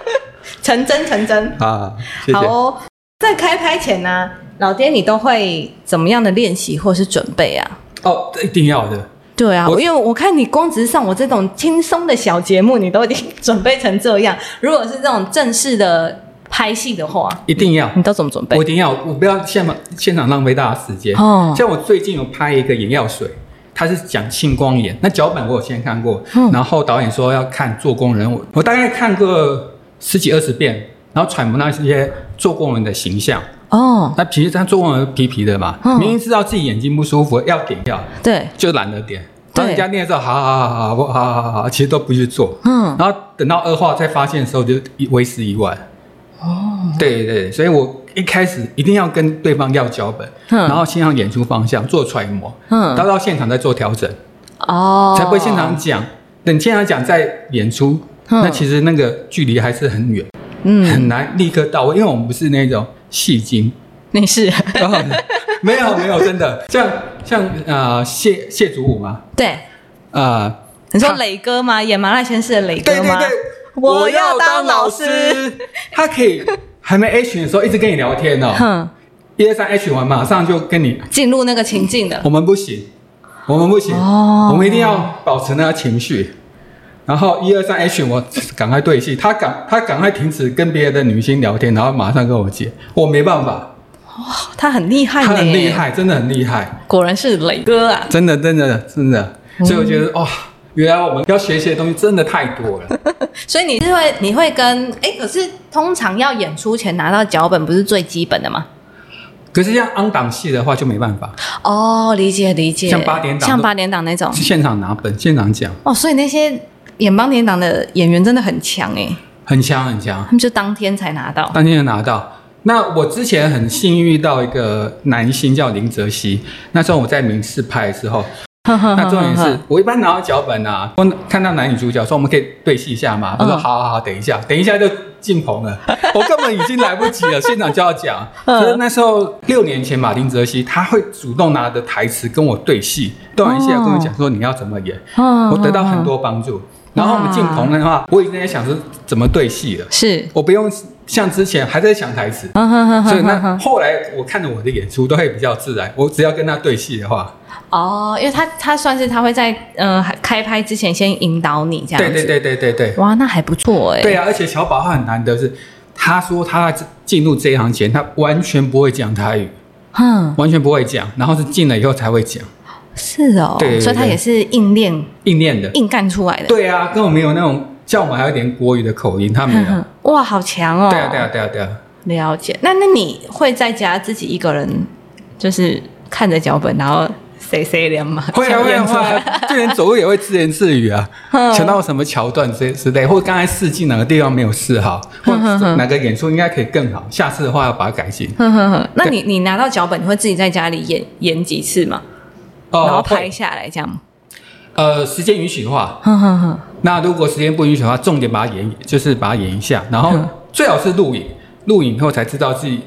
[SPEAKER 1] 成真成真。
[SPEAKER 2] 啊，谢谢
[SPEAKER 1] 好。哦，在开拍前呢、啊老爹你都会怎么样的练习或是准备啊？
[SPEAKER 2] 哦，这一定要的。
[SPEAKER 1] 对啊，因
[SPEAKER 2] 我
[SPEAKER 1] 为我看你光只是上我这种轻松的小节目，你都已经准备成这样。如果是这种正式的拍戏的话，
[SPEAKER 2] 一定要，
[SPEAKER 1] 你都怎么准备
[SPEAKER 2] 我一？定要，我不要现场现场浪费大家时间。
[SPEAKER 1] 哦
[SPEAKER 2] 像我最近有拍一个眼药水，它是讲青光眼，那脚本我有先看过，
[SPEAKER 1] 嗯
[SPEAKER 2] 然后导演说要看做工人，我我大概看过十几二十遍，然后揣摩那些做工人的形象。
[SPEAKER 1] 哦，
[SPEAKER 2] 那其实他做工人皮皮的嘛，
[SPEAKER 1] 嗯
[SPEAKER 2] 明明知道自己眼睛不舒服要点药，
[SPEAKER 1] 对，
[SPEAKER 2] 就懒得点。
[SPEAKER 1] 对
[SPEAKER 2] 当人家念的时候，好好好好好好好好，其实都不去做。
[SPEAKER 1] 嗯，
[SPEAKER 2] 然后等到恶化再发现的时候，就为时已晚。哦，对对对，所以我一开始一定要跟对方要脚本，
[SPEAKER 1] 嗯
[SPEAKER 2] 然后先要演出方向做揣摩，
[SPEAKER 1] 嗯
[SPEAKER 2] 到到现场再做调整，
[SPEAKER 1] 哦，
[SPEAKER 2] 才不会现场讲。等现场讲再演出，
[SPEAKER 1] 嗯
[SPEAKER 2] 那其实那个距离还是很远，
[SPEAKER 1] 嗯，
[SPEAKER 2] 很难立刻到位，因为我们不是那种 戏精。
[SPEAKER 1] 你是
[SPEAKER 2] 哦没有没有，真的，像像呃谢谢祖武嘛，
[SPEAKER 1] 对，
[SPEAKER 2] 呃，
[SPEAKER 1] 你说
[SPEAKER 2] 他
[SPEAKER 1] 磊哥吗？演麻辣鲜师的磊
[SPEAKER 2] 对
[SPEAKER 1] 哥
[SPEAKER 2] 对
[SPEAKER 1] 吗？
[SPEAKER 2] 对，
[SPEAKER 1] 我要当老
[SPEAKER 2] 师。他可以还没 H 的时候一直跟你聊天哦，
[SPEAKER 1] 哼，
[SPEAKER 2] 一二三 H 完马上就跟你，
[SPEAKER 1] 进入那个情境的
[SPEAKER 2] 我们不行，我们不行，
[SPEAKER 1] 哦
[SPEAKER 2] 我们一定要保持那个情绪。然后一二三 H，我赶快对戏，他赶他赶快停止跟别的女星聊天，然后马上跟我接，我没办法，
[SPEAKER 1] 哦，他很厉害
[SPEAKER 2] 他
[SPEAKER 1] 呢，
[SPEAKER 2] 很厉，害，真的很厉害，
[SPEAKER 1] 果然是磊哥啊。
[SPEAKER 2] 真的真的真的，
[SPEAKER 1] 嗯
[SPEAKER 2] 所以我觉得哇、原来我们要学习的东西真的太多了。
[SPEAKER 1] 所以你是会你会跟哎，可是通常要演出前拿到脚本不是最基本的吗？
[SPEAKER 2] 可是像 on 档戏的话就没办法，
[SPEAKER 1] 哦，理解理解，
[SPEAKER 2] 像八点档
[SPEAKER 1] 像八点档那种
[SPEAKER 2] 是现场拿本，现场讲，
[SPEAKER 1] 哦，所以那些演八点档的演员真的很强哎，
[SPEAKER 2] 很强很强
[SPEAKER 1] 他，们就当天才拿到。
[SPEAKER 2] 当天就拿到。那我之前很幸运遇到一个男星叫林哲熙，那时候我在明视拍的 时候， 那
[SPEAKER 1] 那
[SPEAKER 2] 重 点是我一般拿到脚本啊，我看到男女主角说我们可以对戏一下嘛，他说
[SPEAKER 1] 嗯
[SPEAKER 2] 好好好，等一下，等一下就进棚 了，我根本已经来不及了，现场就要讲。
[SPEAKER 1] 嗯
[SPEAKER 2] 可是那时候六年前吧，林哲熙他会主动拿着台词跟我对戏，对完戏要跟我讲说你要怎么演，
[SPEAKER 1] 嗯
[SPEAKER 2] 我得到很多帮助。然后我们进棚的话，我已经在想是怎么对戏了，
[SPEAKER 1] 是，
[SPEAKER 2] 我不用像之前还在想台词。
[SPEAKER 1] 嗯哼哼哼
[SPEAKER 2] 所以
[SPEAKER 1] 哼
[SPEAKER 2] 那
[SPEAKER 1] 哼
[SPEAKER 2] 后来我看着我的演出都会比较自然，我只要跟他对戏的话，
[SPEAKER 1] 哦，因为他他算是他会在嗯、呃、开拍之前先引导你这样
[SPEAKER 2] 对
[SPEAKER 1] 子，
[SPEAKER 2] 对对对对对，
[SPEAKER 1] 哇，那还不错哎，
[SPEAKER 2] 对啊，而且小宝他很难得是，他说他在进入这一行前，他完全不会讲台语，
[SPEAKER 1] 哼，
[SPEAKER 2] 完全不会讲，然后是进了以后才会讲，
[SPEAKER 1] 是哦，
[SPEAKER 2] 对对对
[SPEAKER 1] 所以他也是硬练
[SPEAKER 2] 硬练的。
[SPEAKER 1] 硬干出来的，
[SPEAKER 2] 对啊，跟我们有那种像我们还有点国语的口音，他 没
[SPEAKER 1] 哼
[SPEAKER 2] 有。
[SPEAKER 1] 哼，哇，好强哦，
[SPEAKER 2] 对啊，对啊，对啊，对啊。
[SPEAKER 1] 了解。那那你会在家自己一个人，就是看着脚本，然后谁谁连嘛，
[SPEAKER 2] 会啊
[SPEAKER 1] 强
[SPEAKER 2] 会
[SPEAKER 1] 颜
[SPEAKER 2] 啊
[SPEAKER 1] 出
[SPEAKER 2] 会
[SPEAKER 1] 来 嗯
[SPEAKER 2] 啊，就连走路也会自言自语啊，想到什么桥段之之类，或刚才试镜哪个地方没有试好，
[SPEAKER 1] 嗯
[SPEAKER 2] 或哪个演出应该可以更好，下次的话要把它改进。
[SPEAKER 1] 哼哼哼， 那你你拿到脚本，你会自己在家里演演几次吗？
[SPEAKER 2] 哦
[SPEAKER 1] 然后拍
[SPEAKER 2] 会
[SPEAKER 1] 下来这样吗？
[SPEAKER 2] 呃时间允许的话，
[SPEAKER 1] 哼哼哼，
[SPEAKER 2] 那如果时间不允许的话，重点把它演，就是把它演一下，然后
[SPEAKER 1] 嗯
[SPEAKER 2] 最好是录影，录影后才知道自己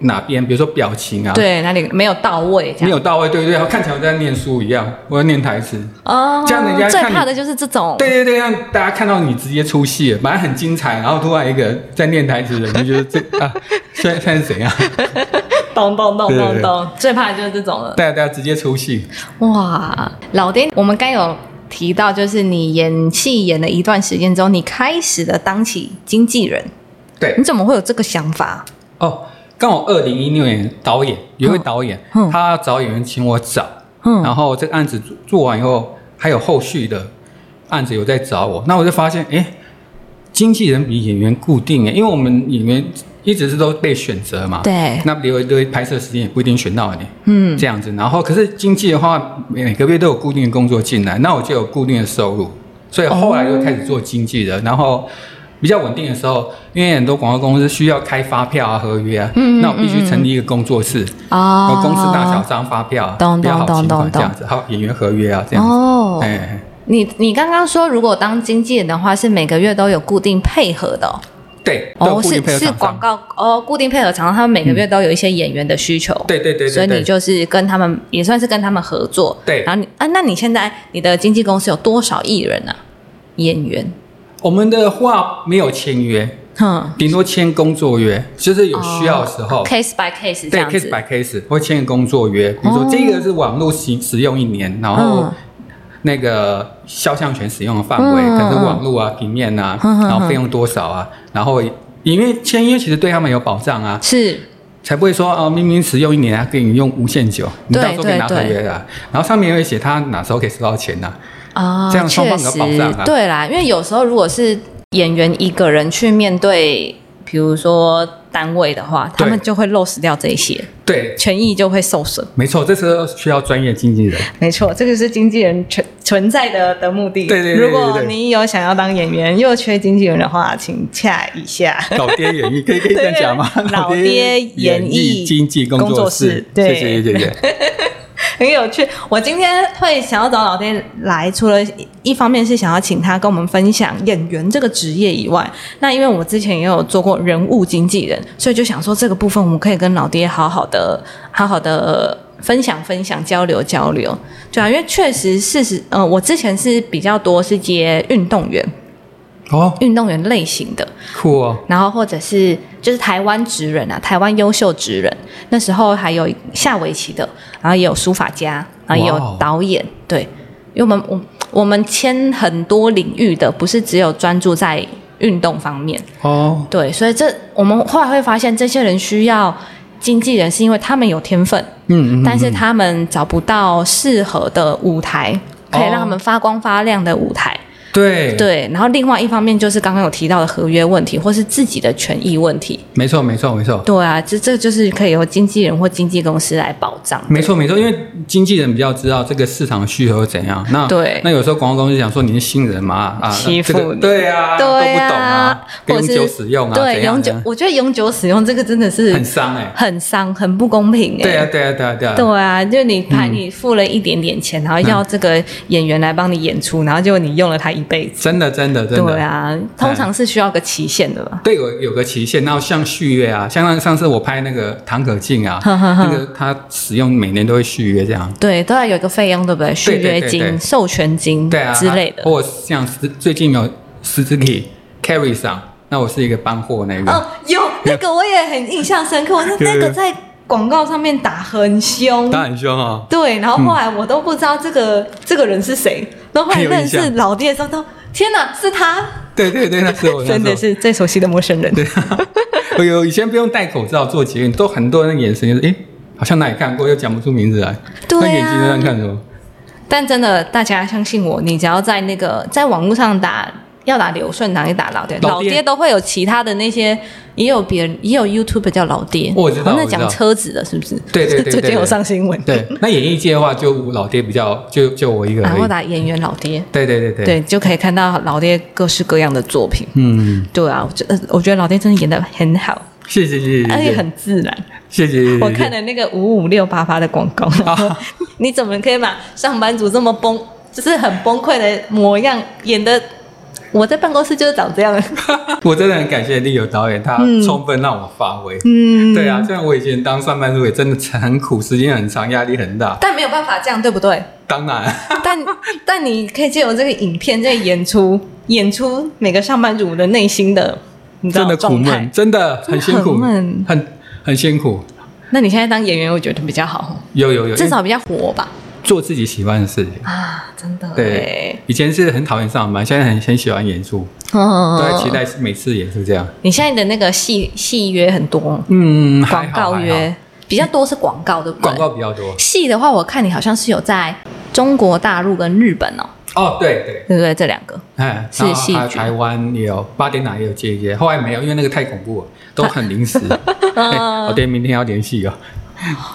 [SPEAKER 2] 哪边，比如说表情 啊，
[SPEAKER 1] 对，哪里没有到位这样？
[SPEAKER 2] 没有到位，对对对，看起来我在念书一样，我在念台词。
[SPEAKER 1] 哦，
[SPEAKER 2] 这样人家
[SPEAKER 1] 最
[SPEAKER 2] 看你
[SPEAKER 1] 怕的就是这种，
[SPEAKER 2] 对对对，让大家看到你直接出戏了，本来很精彩，然后突然一个在念台词的人，就觉得这 啊，现在现在是怎样？
[SPEAKER 1] 咚咚咚
[SPEAKER 2] 对
[SPEAKER 1] 咚
[SPEAKER 2] 对
[SPEAKER 1] 咚，最怕的就是这种了。
[SPEAKER 2] 大家大家直接出戏，
[SPEAKER 1] 哇，老丁，我们刚有提到，就是你演戏演了一段时间之后，你开始了当起经纪人，
[SPEAKER 2] 对
[SPEAKER 1] 你怎么会有这个想法？
[SPEAKER 2] 哦。刚好二零一六年导演有一位导演，
[SPEAKER 1] 嗯
[SPEAKER 2] 他找演员请我找，
[SPEAKER 1] 嗯
[SPEAKER 2] 然后这个案子做做完以后，还有后续的案子有在找我，那我就发现，哎，经纪人比演员固定哎，因为我们演员一直是都被选择嘛，
[SPEAKER 1] 对
[SPEAKER 2] 那比如对拍摄时间也不一定选到你，
[SPEAKER 1] 嗯，
[SPEAKER 2] 这样子。然后可是经济的话，每个月都有固定的工作进来，那我就有固定的收入，所以后来就开始做经济的，然后。比较稳定的时候，因为很多广告公司需要开发票啊、合约啊，
[SPEAKER 1] 嗯嗯
[SPEAKER 2] 那我必须成立一个工作室，
[SPEAKER 1] 哦
[SPEAKER 2] 有公司大小张发票啊，
[SPEAKER 1] 懂
[SPEAKER 2] 比较好
[SPEAKER 1] 懂
[SPEAKER 2] 清
[SPEAKER 1] 懂
[SPEAKER 2] 款
[SPEAKER 1] 懂
[SPEAKER 2] 这样子，还有演员合约啊这样子。
[SPEAKER 1] 哦，
[SPEAKER 2] 哎，
[SPEAKER 1] 你你刚刚说，如果当经纪人的话，是每个月都有固定配合的哦，
[SPEAKER 2] 对，都有
[SPEAKER 1] 哦
[SPEAKER 2] 固
[SPEAKER 1] 是
[SPEAKER 2] 定配合
[SPEAKER 1] 是
[SPEAKER 2] 厂商嗯
[SPEAKER 1] 广，告哦，固定配合厂商，他们每个月都有一些演员的需求，
[SPEAKER 2] 对对对
[SPEAKER 1] 所
[SPEAKER 2] 对
[SPEAKER 1] 以你
[SPEAKER 2] 对，
[SPEAKER 1] 就是跟他们也算是跟他们合作，
[SPEAKER 2] 对
[SPEAKER 1] 然后你啊，那你现在你的经纪公司有多少艺人啊？演员，
[SPEAKER 2] 我们的话没有签约，
[SPEAKER 1] 哼，
[SPEAKER 2] 顶多签工作约，就是有需要的时候
[SPEAKER 1] 哦、，case by case 这
[SPEAKER 2] 对
[SPEAKER 1] 样子
[SPEAKER 2] ，case by case 会签个工作约，比如说
[SPEAKER 1] 哦
[SPEAKER 2] 这个是网络使使用一年，然后
[SPEAKER 1] 嗯
[SPEAKER 2] 那个肖像权使用的范围，
[SPEAKER 1] 嗯
[SPEAKER 2] 但是
[SPEAKER 1] 嗯
[SPEAKER 2] 网络啊、平面啊，
[SPEAKER 1] 嗯嗯嗯
[SPEAKER 2] 然后费用多少啊，然后因为签约其实对他们有保障啊，
[SPEAKER 1] 是
[SPEAKER 2] 才不会说哦，明明使用一年，还给你用无限久，你
[SPEAKER 1] 对
[SPEAKER 2] 到时候可以拿合
[SPEAKER 1] 对对
[SPEAKER 2] 约的啊、然后上面也会写他哪时候可以收到钱呐、啊。
[SPEAKER 1] 啊，
[SPEAKER 2] 这样双
[SPEAKER 1] 确
[SPEAKER 2] 方
[SPEAKER 1] 实
[SPEAKER 2] 有保障啊
[SPEAKER 1] 对啦，因为有时候如果是演员一个人去面对，比如说单位的话，他
[SPEAKER 2] 对
[SPEAKER 1] 们就会 lose 掉这些，
[SPEAKER 2] 对，
[SPEAKER 1] 权益就会受损。
[SPEAKER 2] 没错，这时候需要专业经 纪人。
[SPEAKER 1] 没错，这个是经纪人存存在的的目的。
[SPEAKER 2] 对对对对
[SPEAKER 1] 如果
[SPEAKER 2] 对对
[SPEAKER 1] 你有想要当演员又缺经纪人的话，请 洽一下。
[SPEAKER 2] 老爹演艺可以可以这样讲吗
[SPEAKER 1] 对？老爹演艺
[SPEAKER 2] 经纪工
[SPEAKER 1] 工作
[SPEAKER 2] 作
[SPEAKER 1] 室
[SPEAKER 2] 室，
[SPEAKER 1] 对
[SPEAKER 2] 谢谢谢谢。
[SPEAKER 1] 很有趣。我今天会想要找老爹来，除了一方面是想要请他跟我们分享演员这个职业以外，那因为我之前也有做过人物经纪人，所以就想说这个部分我们可以跟老爹好好的、好好的。分享分享，交流交流，对啊，因为确实事实，呃，我之前是比较多是接运动员、
[SPEAKER 2] 哦，
[SPEAKER 1] 运动员类型的，
[SPEAKER 2] 酷哦，
[SPEAKER 1] 然后或者是就是台湾职人啊，台湾优秀职人，那时候还有下围棋的，然后也有书法家，然后也
[SPEAKER 2] 哇
[SPEAKER 1] 有
[SPEAKER 2] 哦
[SPEAKER 1] 导演，对，因为我们我我们签很多领域的，不是只有专注在运动方面，
[SPEAKER 2] 哦，
[SPEAKER 1] 对，所以这我们后来会发现，这些人需要经纪人，是因为他们有天分，
[SPEAKER 2] 嗯嗯嗯，
[SPEAKER 1] 但是他们找不到适合的舞台，可以让他们发光发亮的舞台。
[SPEAKER 2] 哦对，
[SPEAKER 1] 对，然后另外一方面就是刚刚有提到的合约问题，或是自己的权益问题。
[SPEAKER 2] 没错没错没错，
[SPEAKER 1] 对啊，这这就是可以由经纪人或经纪公司来保障。
[SPEAKER 2] 没错没错，因为经纪人比较知道这个市场的需求是怎样。那
[SPEAKER 1] 对
[SPEAKER 2] 那有时候广告公司讲说你是新人嘛啊，
[SPEAKER 1] 欺负
[SPEAKER 2] 这个
[SPEAKER 1] 你
[SPEAKER 2] 对啊，
[SPEAKER 1] 对
[SPEAKER 2] 都不懂啊，可以
[SPEAKER 1] 或者是
[SPEAKER 2] 永久使用啊，
[SPEAKER 1] 对
[SPEAKER 2] 怎样
[SPEAKER 1] 永久
[SPEAKER 2] 怎样，
[SPEAKER 1] 我觉得永久使用这个真的是
[SPEAKER 2] 很伤哎。
[SPEAKER 1] 很伤、很不公平哎、
[SPEAKER 2] 对啊对啊对啊对啊，嗯
[SPEAKER 1] 对啊，就你拍你付了一点点钱，然后要这个演员来帮你演出，然后结果你用了他一辈子。
[SPEAKER 2] 真的真的嗯真
[SPEAKER 1] 对
[SPEAKER 2] 的。
[SPEAKER 1] 啊，通常是需要个期限的吧？
[SPEAKER 2] 对，有有个期限，然后像续约啊，像上上次我拍那个唐可静啊，
[SPEAKER 1] 哼哼哼
[SPEAKER 2] 那个他使用每年都会续约这样，
[SPEAKER 1] 对，都要有一个费用，对不对？续
[SPEAKER 2] 对对
[SPEAKER 1] 约
[SPEAKER 2] 对
[SPEAKER 1] 金、
[SPEAKER 2] 对
[SPEAKER 1] 授权金
[SPEAKER 2] 对啊
[SPEAKER 1] 之类的
[SPEAKER 2] 他。或者像是最近有十字体 carry 上，那我是一个搬货那个，
[SPEAKER 1] 哦，有那个我也很印象深刻，我那
[SPEAKER 2] 对
[SPEAKER 1] 那个在广告上面打很凶，
[SPEAKER 2] 他很凶哦，
[SPEAKER 1] 对，然后后来我都不知道这个、这个人是谁，然后后来
[SPEAKER 2] 很有
[SPEAKER 1] 认
[SPEAKER 2] 印
[SPEAKER 1] 识
[SPEAKER 2] 象
[SPEAKER 1] 老爹的时候都，天哪，是他，
[SPEAKER 2] 对对对，那 时候我那时候
[SPEAKER 1] 真的是最熟悉的陌生人。
[SPEAKER 2] 对，我有以前不用戴口罩做捷运，都很多人眼神就是诶，好像哪里看过，又讲不出名字来。
[SPEAKER 1] 对啊
[SPEAKER 2] 那眼睛在那看什么？
[SPEAKER 1] 但真的，大家相信我，你只要在那个在网络上打要打刘顺堂，也打老爹，
[SPEAKER 2] 老
[SPEAKER 1] 老
[SPEAKER 2] 爹
[SPEAKER 1] 爹都会有其他的那些，也有别人，也有 YouTube 叫老爹，
[SPEAKER 2] 哦我知道
[SPEAKER 1] 好像
[SPEAKER 2] 我知道
[SPEAKER 1] 在讲车子的，是不是？
[SPEAKER 2] 对 对对对
[SPEAKER 1] 最近有上新闻，
[SPEAKER 2] 对，那演艺界的话，就老爹比较，就就我一个
[SPEAKER 1] 然
[SPEAKER 2] 而
[SPEAKER 1] 后
[SPEAKER 2] 已。
[SPEAKER 1] 打演员老爹，
[SPEAKER 2] 对对对对，
[SPEAKER 1] 对，就可以看到老爹各式各样的作品。
[SPEAKER 2] 嗯，
[SPEAKER 1] 对啊，我觉得我觉得老爹真的演的很好，
[SPEAKER 2] 谢谢谢谢，
[SPEAKER 1] 而
[SPEAKER 2] 谢
[SPEAKER 1] 且
[SPEAKER 2] 谢
[SPEAKER 1] 啊很自然。
[SPEAKER 2] 谢谢谢谢。
[SPEAKER 1] 我看了那个五五六八八的广告，
[SPEAKER 2] 啊
[SPEAKER 1] 然后 你怎么可以把上班族这么崩，就是很崩溃的模样演的？我在办公室就是长这样，
[SPEAKER 2] 我真的很感谢丽友导演，他充分让我发挥。
[SPEAKER 1] 嗯，
[SPEAKER 2] 对啊，虽然我以前当上班族也真的很苦，时间很长，压力很大。
[SPEAKER 1] 但没有办法这样，对不 对？
[SPEAKER 2] 当然，
[SPEAKER 1] 但但你可以借由这个影片，这个演出演出每个上班族的内心的，你知道
[SPEAKER 2] 真的苦
[SPEAKER 1] 状态
[SPEAKER 2] 闷，。真的很辛苦，
[SPEAKER 1] 真的很闷
[SPEAKER 2] 很很辛苦。
[SPEAKER 1] 那你现在当演员，我觉得比较好，
[SPEAKER 2] 有有有，
[SPEAKER 1] 至少比较活吧。
[SPEAKER 2] 做自己喜欢的事情。
[SPEAKER 1] 啊，真的欸
[SPEAKER 2] 对，，以前是很讨厌上班，现在很很喜欢演出，
[SPEAKER 1] 嗯
[SPEAKER 2] 都在期。待每次演出这样。
[SPEAKER 1] 你现在的那个戏戏约很多，
[SPEAKER 2] 嗯，还
[SPEAKER 1] 广告，
[SPEAKER 2] 好还
[SPEAKER 1] 约比较多是广告，对不
[SPEAKER 2] 好
[SPEAKER 1] 对？
[SPEAKER 2] 广告比较多。
[SPEAKER 1] 戏的话，我看你好像是有在中国大陆跟日本哦，
[SPEAKER 2] 哦，对对，
[SPEAKER 1] 对不对？这两个
[SPEAKER 2] 哎，
[SPEAKER 1] 是
[SPEAKER 2] 然后还有
[SPEAKER 1] 戏剧
[SPEAKER 2] 台湾也有，八点档也有接一接，后来没有，因为那个太恐怖了，都很 临时。哎我对明天要联系哦，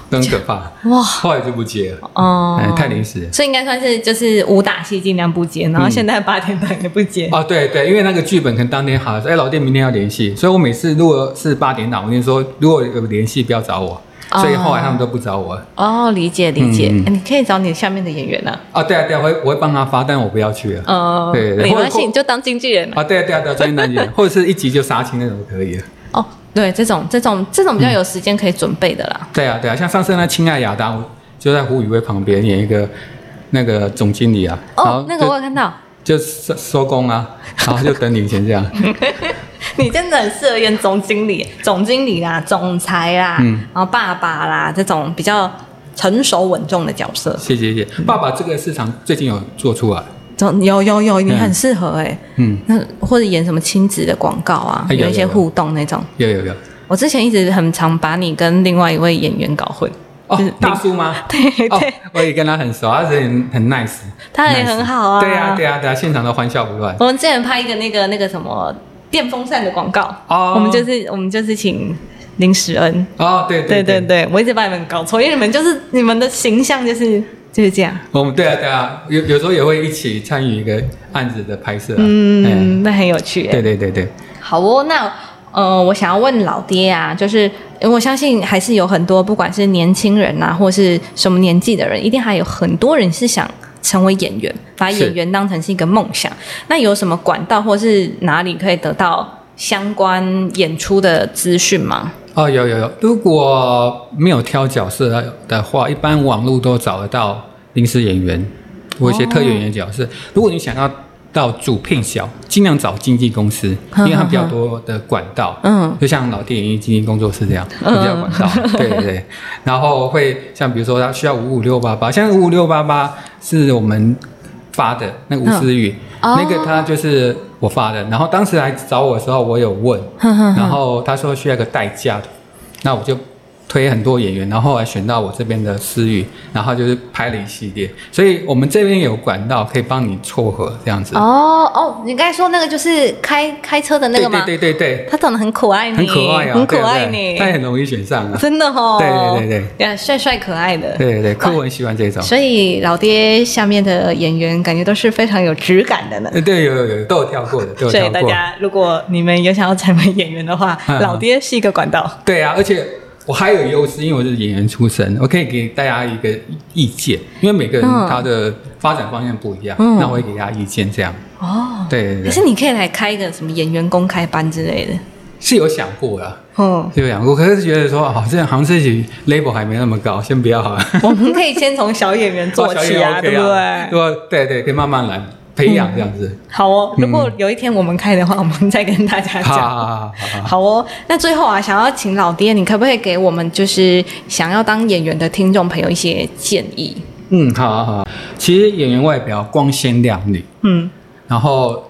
[SPEAKER 2] 都很可怕。
[SPEAKER 1] 嗯哇，
[SPEAKER 2] 后来就不接了，
[SPEAKER 1] 哦
[SPEAKER 2] 哎，太临时了。
[SPEAKER 1] 所以应该算是就是武打戏尽量不接，然后现在八点档也不接。
[SPEAKER 2] 哦，对对，因为那个剧本可能当天好，哎，老店明天要联系，所以我每次如果是八点档，我就说如果有联系不要找我，所以后来他们都不找我。
[SPEAKER 1] 哦，理解理解、
[SPEAKER 2] 嗯
[SPEAKER 1] 哎你可以找你下面的演员啊，
[SPEAKER 2] 哦，对啊对啊，我会我会帮他发，但我不要去了。
[SPEAKER 1] 呃，
[SPEAKER 2] 对对
[SPEAKER 1] 没关
[SPEAKER 2] 或
[SPEAKER 1] 系，
[SPEAKER 2] 者
[SPEAKER 1] 你就当经纪人啊
[SPEAKER 2] 啊，对啊对啊对啊，专业男演员， 或者是一集就杀青那种都可以了。
[SPEAKER 1] 哦，对，这种这种这种比较有时间可以准备的啦。
[SPEAKER 2] 对啊，对啊，像上次那《亲爱亚当》，就在胡宇威旁边演一个那个总经理啊，然后
[SPEAKER 1] 哦，那个
[SPEAKER 2] 就
[SPEAKER 1] 我有看到，
[SPEAKER 2] 就收收 工啊，然后就等领钱这样。
[SPEAKER 1] 你真的很适合演总经理、总经理啦、总裁啦，
[SPEAKER 2] 嗯
[SPEAKER 1] 然后爸爸啦这种比较成熟稳重的角色。
[SPEAKER 2] 谢谢谢谢，爸爸这个市场最近有做出来，
[SPEAKER 1] 总有有有，你
[SPEAKER 2] 嗯
[SPEAKER 1] 很适合哎、
[SPEAKER 2] 嗯，
[SPEAKER 1] 那或者演什么亲子的广告啊，
[SPEAKER 2] 哎有
[SPEAKER 1] 有一些
[SPEAKER 2] 有有
[SPEAKER 1] 互动那种。
[SPEAKER 2] 有有有。
[SPEAKER 1] 我之前一直很常把你跟另外一位演员搞混，
[SPEAKER 2] 哦
[SPEAKER 1] 就是，
[SPEAKER 2] 大叔 吗？
[SPEAKER 1] 嗯对
[SPEAKER 2] 哦
[SPEAKER 1] 对，
[SPEAKER 2] 我也跟他很熟，他人很 nice，
[SPEAKER 1] 他也很好啊
[SPEAKER 2] nice 对啊，对啊，对啊，现场都欢笑不断。
[SPEAKER 1] 我们之前拍一个那个那个什么电风扇的广告，
[SPEAKER 2] 哦
[SPEAKER 1] 我们就是我们就是请林时恩，
[SPEAKER 2] 哦，对
[SPEAKER 1] 对对
[SPEAKER 2] 对，
[SPEAKER 1] 对，我一直把你们搞错，因为你们就是你们的形象就是就是这样，
[SPEAKER 2] 我们对啊对啊，有有时候也会一起参与一个案子的拍摄啊。哎，
[SPEAKER 1] 嗯，那很有趣耶。
[SPEAKER 2] 对对对对，
[SPEAKER 1] 好哦，那呃，我想要问老爹啊，就是因为我相信还是有很多，不管是年轻人啊，或是什么年纪的人，一定还有很多人是想成为演员，把
[SPEAKER 2] 是
[SPEAKER 1] 演员当成是一个梦想。那有什么管道或是哪里可以得到相关演出的资讯吗？
[SPEAKER 2] 哦，有有有，如果没有挑角色的话，一般网络都找得到临时演员或一些特演员角色。如果你想要到主聘小，尽量找经纪公司，因为他们比较多的管道。
[SPEAKER 1] 嗯，
[SPEAKER 2] 就像老电影经纪工作室这样，比
[SPEAKER 1] 嗯
[SPEAKER 2] 较管道，对对对。然后会像比如说，他需要五五六八八，像五五六八八是我们发的那个吴思雨，
[SPEAKER 1] 嗯
[SPEAKER 2] 那个他就是我发的。然后当时来找我的时候，我有问，
[SPEAKER 1] 哼嗯哼
[SPEAKER 2] 然后他说需要一个代驾的，那我就推很多演员，然后后来选到我这边的思雨，然后就是拍了一系列，所以我们这边有管道可以帮你撮合这样 子。
[SPEAKER 1] 哦哦，你刚才说那个就是开开车的那
[SPEAKER 2] 对
[SPEAKER 1] 个吗？
[SPEAKER 2] 对对对对，
[SPEAKER 1] 他长得很可爱呢，
[SPEAKER 2] 很可爱啊，
[SPEAKER 1] 很可
[SPEAKER 2] 对不对
[SPEAKER 1] 爱呢，
[SPEAKER 2] 他也很容易选上啊。
[SPEAKER 1] 真的哦。
[SPEAKER 2] 对对对
[SPEAKER 1] 对，呀，帅帅可爱的。
[SPEAKER 2] 对对对，柯文喜欢这种。
[SPEAKER 1] 所以老爹下面的演员感觉都是非常有质感的呢。
[SPEAKER 2] 呃对，有有有，都有跳过 的，都有
[SPEAKER 1] 所以
[SPEAKER 2] 跳
[SPEAKER 1] 大
[SPEAKER 2] 过。
[SPEAKER 1] 家，如果你们有想要成为演员的话，
[SPEAKER 2] 嗯
[SPEAKER 1] 老爹是一个管道。
[SPEAKER 2] 对啊，而且我还有优势，因为我是演员出身，我可以给大家一个意见，因为每个人
[SPEAKER 1] 嗯
[SPEAKER 2] 他的发展方向不一样，
[SPEAKER 1] 嗯
[SPEAKER 2] 那我会给大家意见，这样。
[SPEAKER 1] 哦，
[SPEAKER 2] 对对
[SPEAKER 1] 可
[SPEAKER 2] 对，
[SPEAKER 1] 是你可以来开一个什么演员公开班之类的。
[SPEAKER 2] 是有想过啊啦，
[SPEAKER 1] 嗯，
[SPEAKER 2] 是有想过，可是觉得说，哦好、像好像自己 label 还没那么高，先不要好了。
[SPEAKER 1] 哦我们可以先从小演员 做
[SPEAKER 2] 哦小
[SPEAKER 1] 起
[SPEAKER 2] 也
[SPEAKER 1] 啊，
[SPEAKER 2] OK
[SPEAKER 1] 对不对？
[SPEAKER 2] 对对对，可以慢慢来培养这样子。
[SPEAKER 1] 好哦，
[SPEAKER 2] 嗯
[SPEAKER 1] 如果有一天我们开的话，我们再跟大家
[SPEAKER 2] 好
[SPEAKER 1] 嗯讲。
[SPEAKER 2] 好好好好好，
[SPEAKER 1] 好哦，那最后啊，想要请老爹，你可不可以给我们就是想要当演员的听众朋友一些建议？
[SPEAKER 2] 嗯，好好好。其实演员外表光鲜亮丽，
[SPEAKER 1] 嗯
[SPEAKER 2] 然后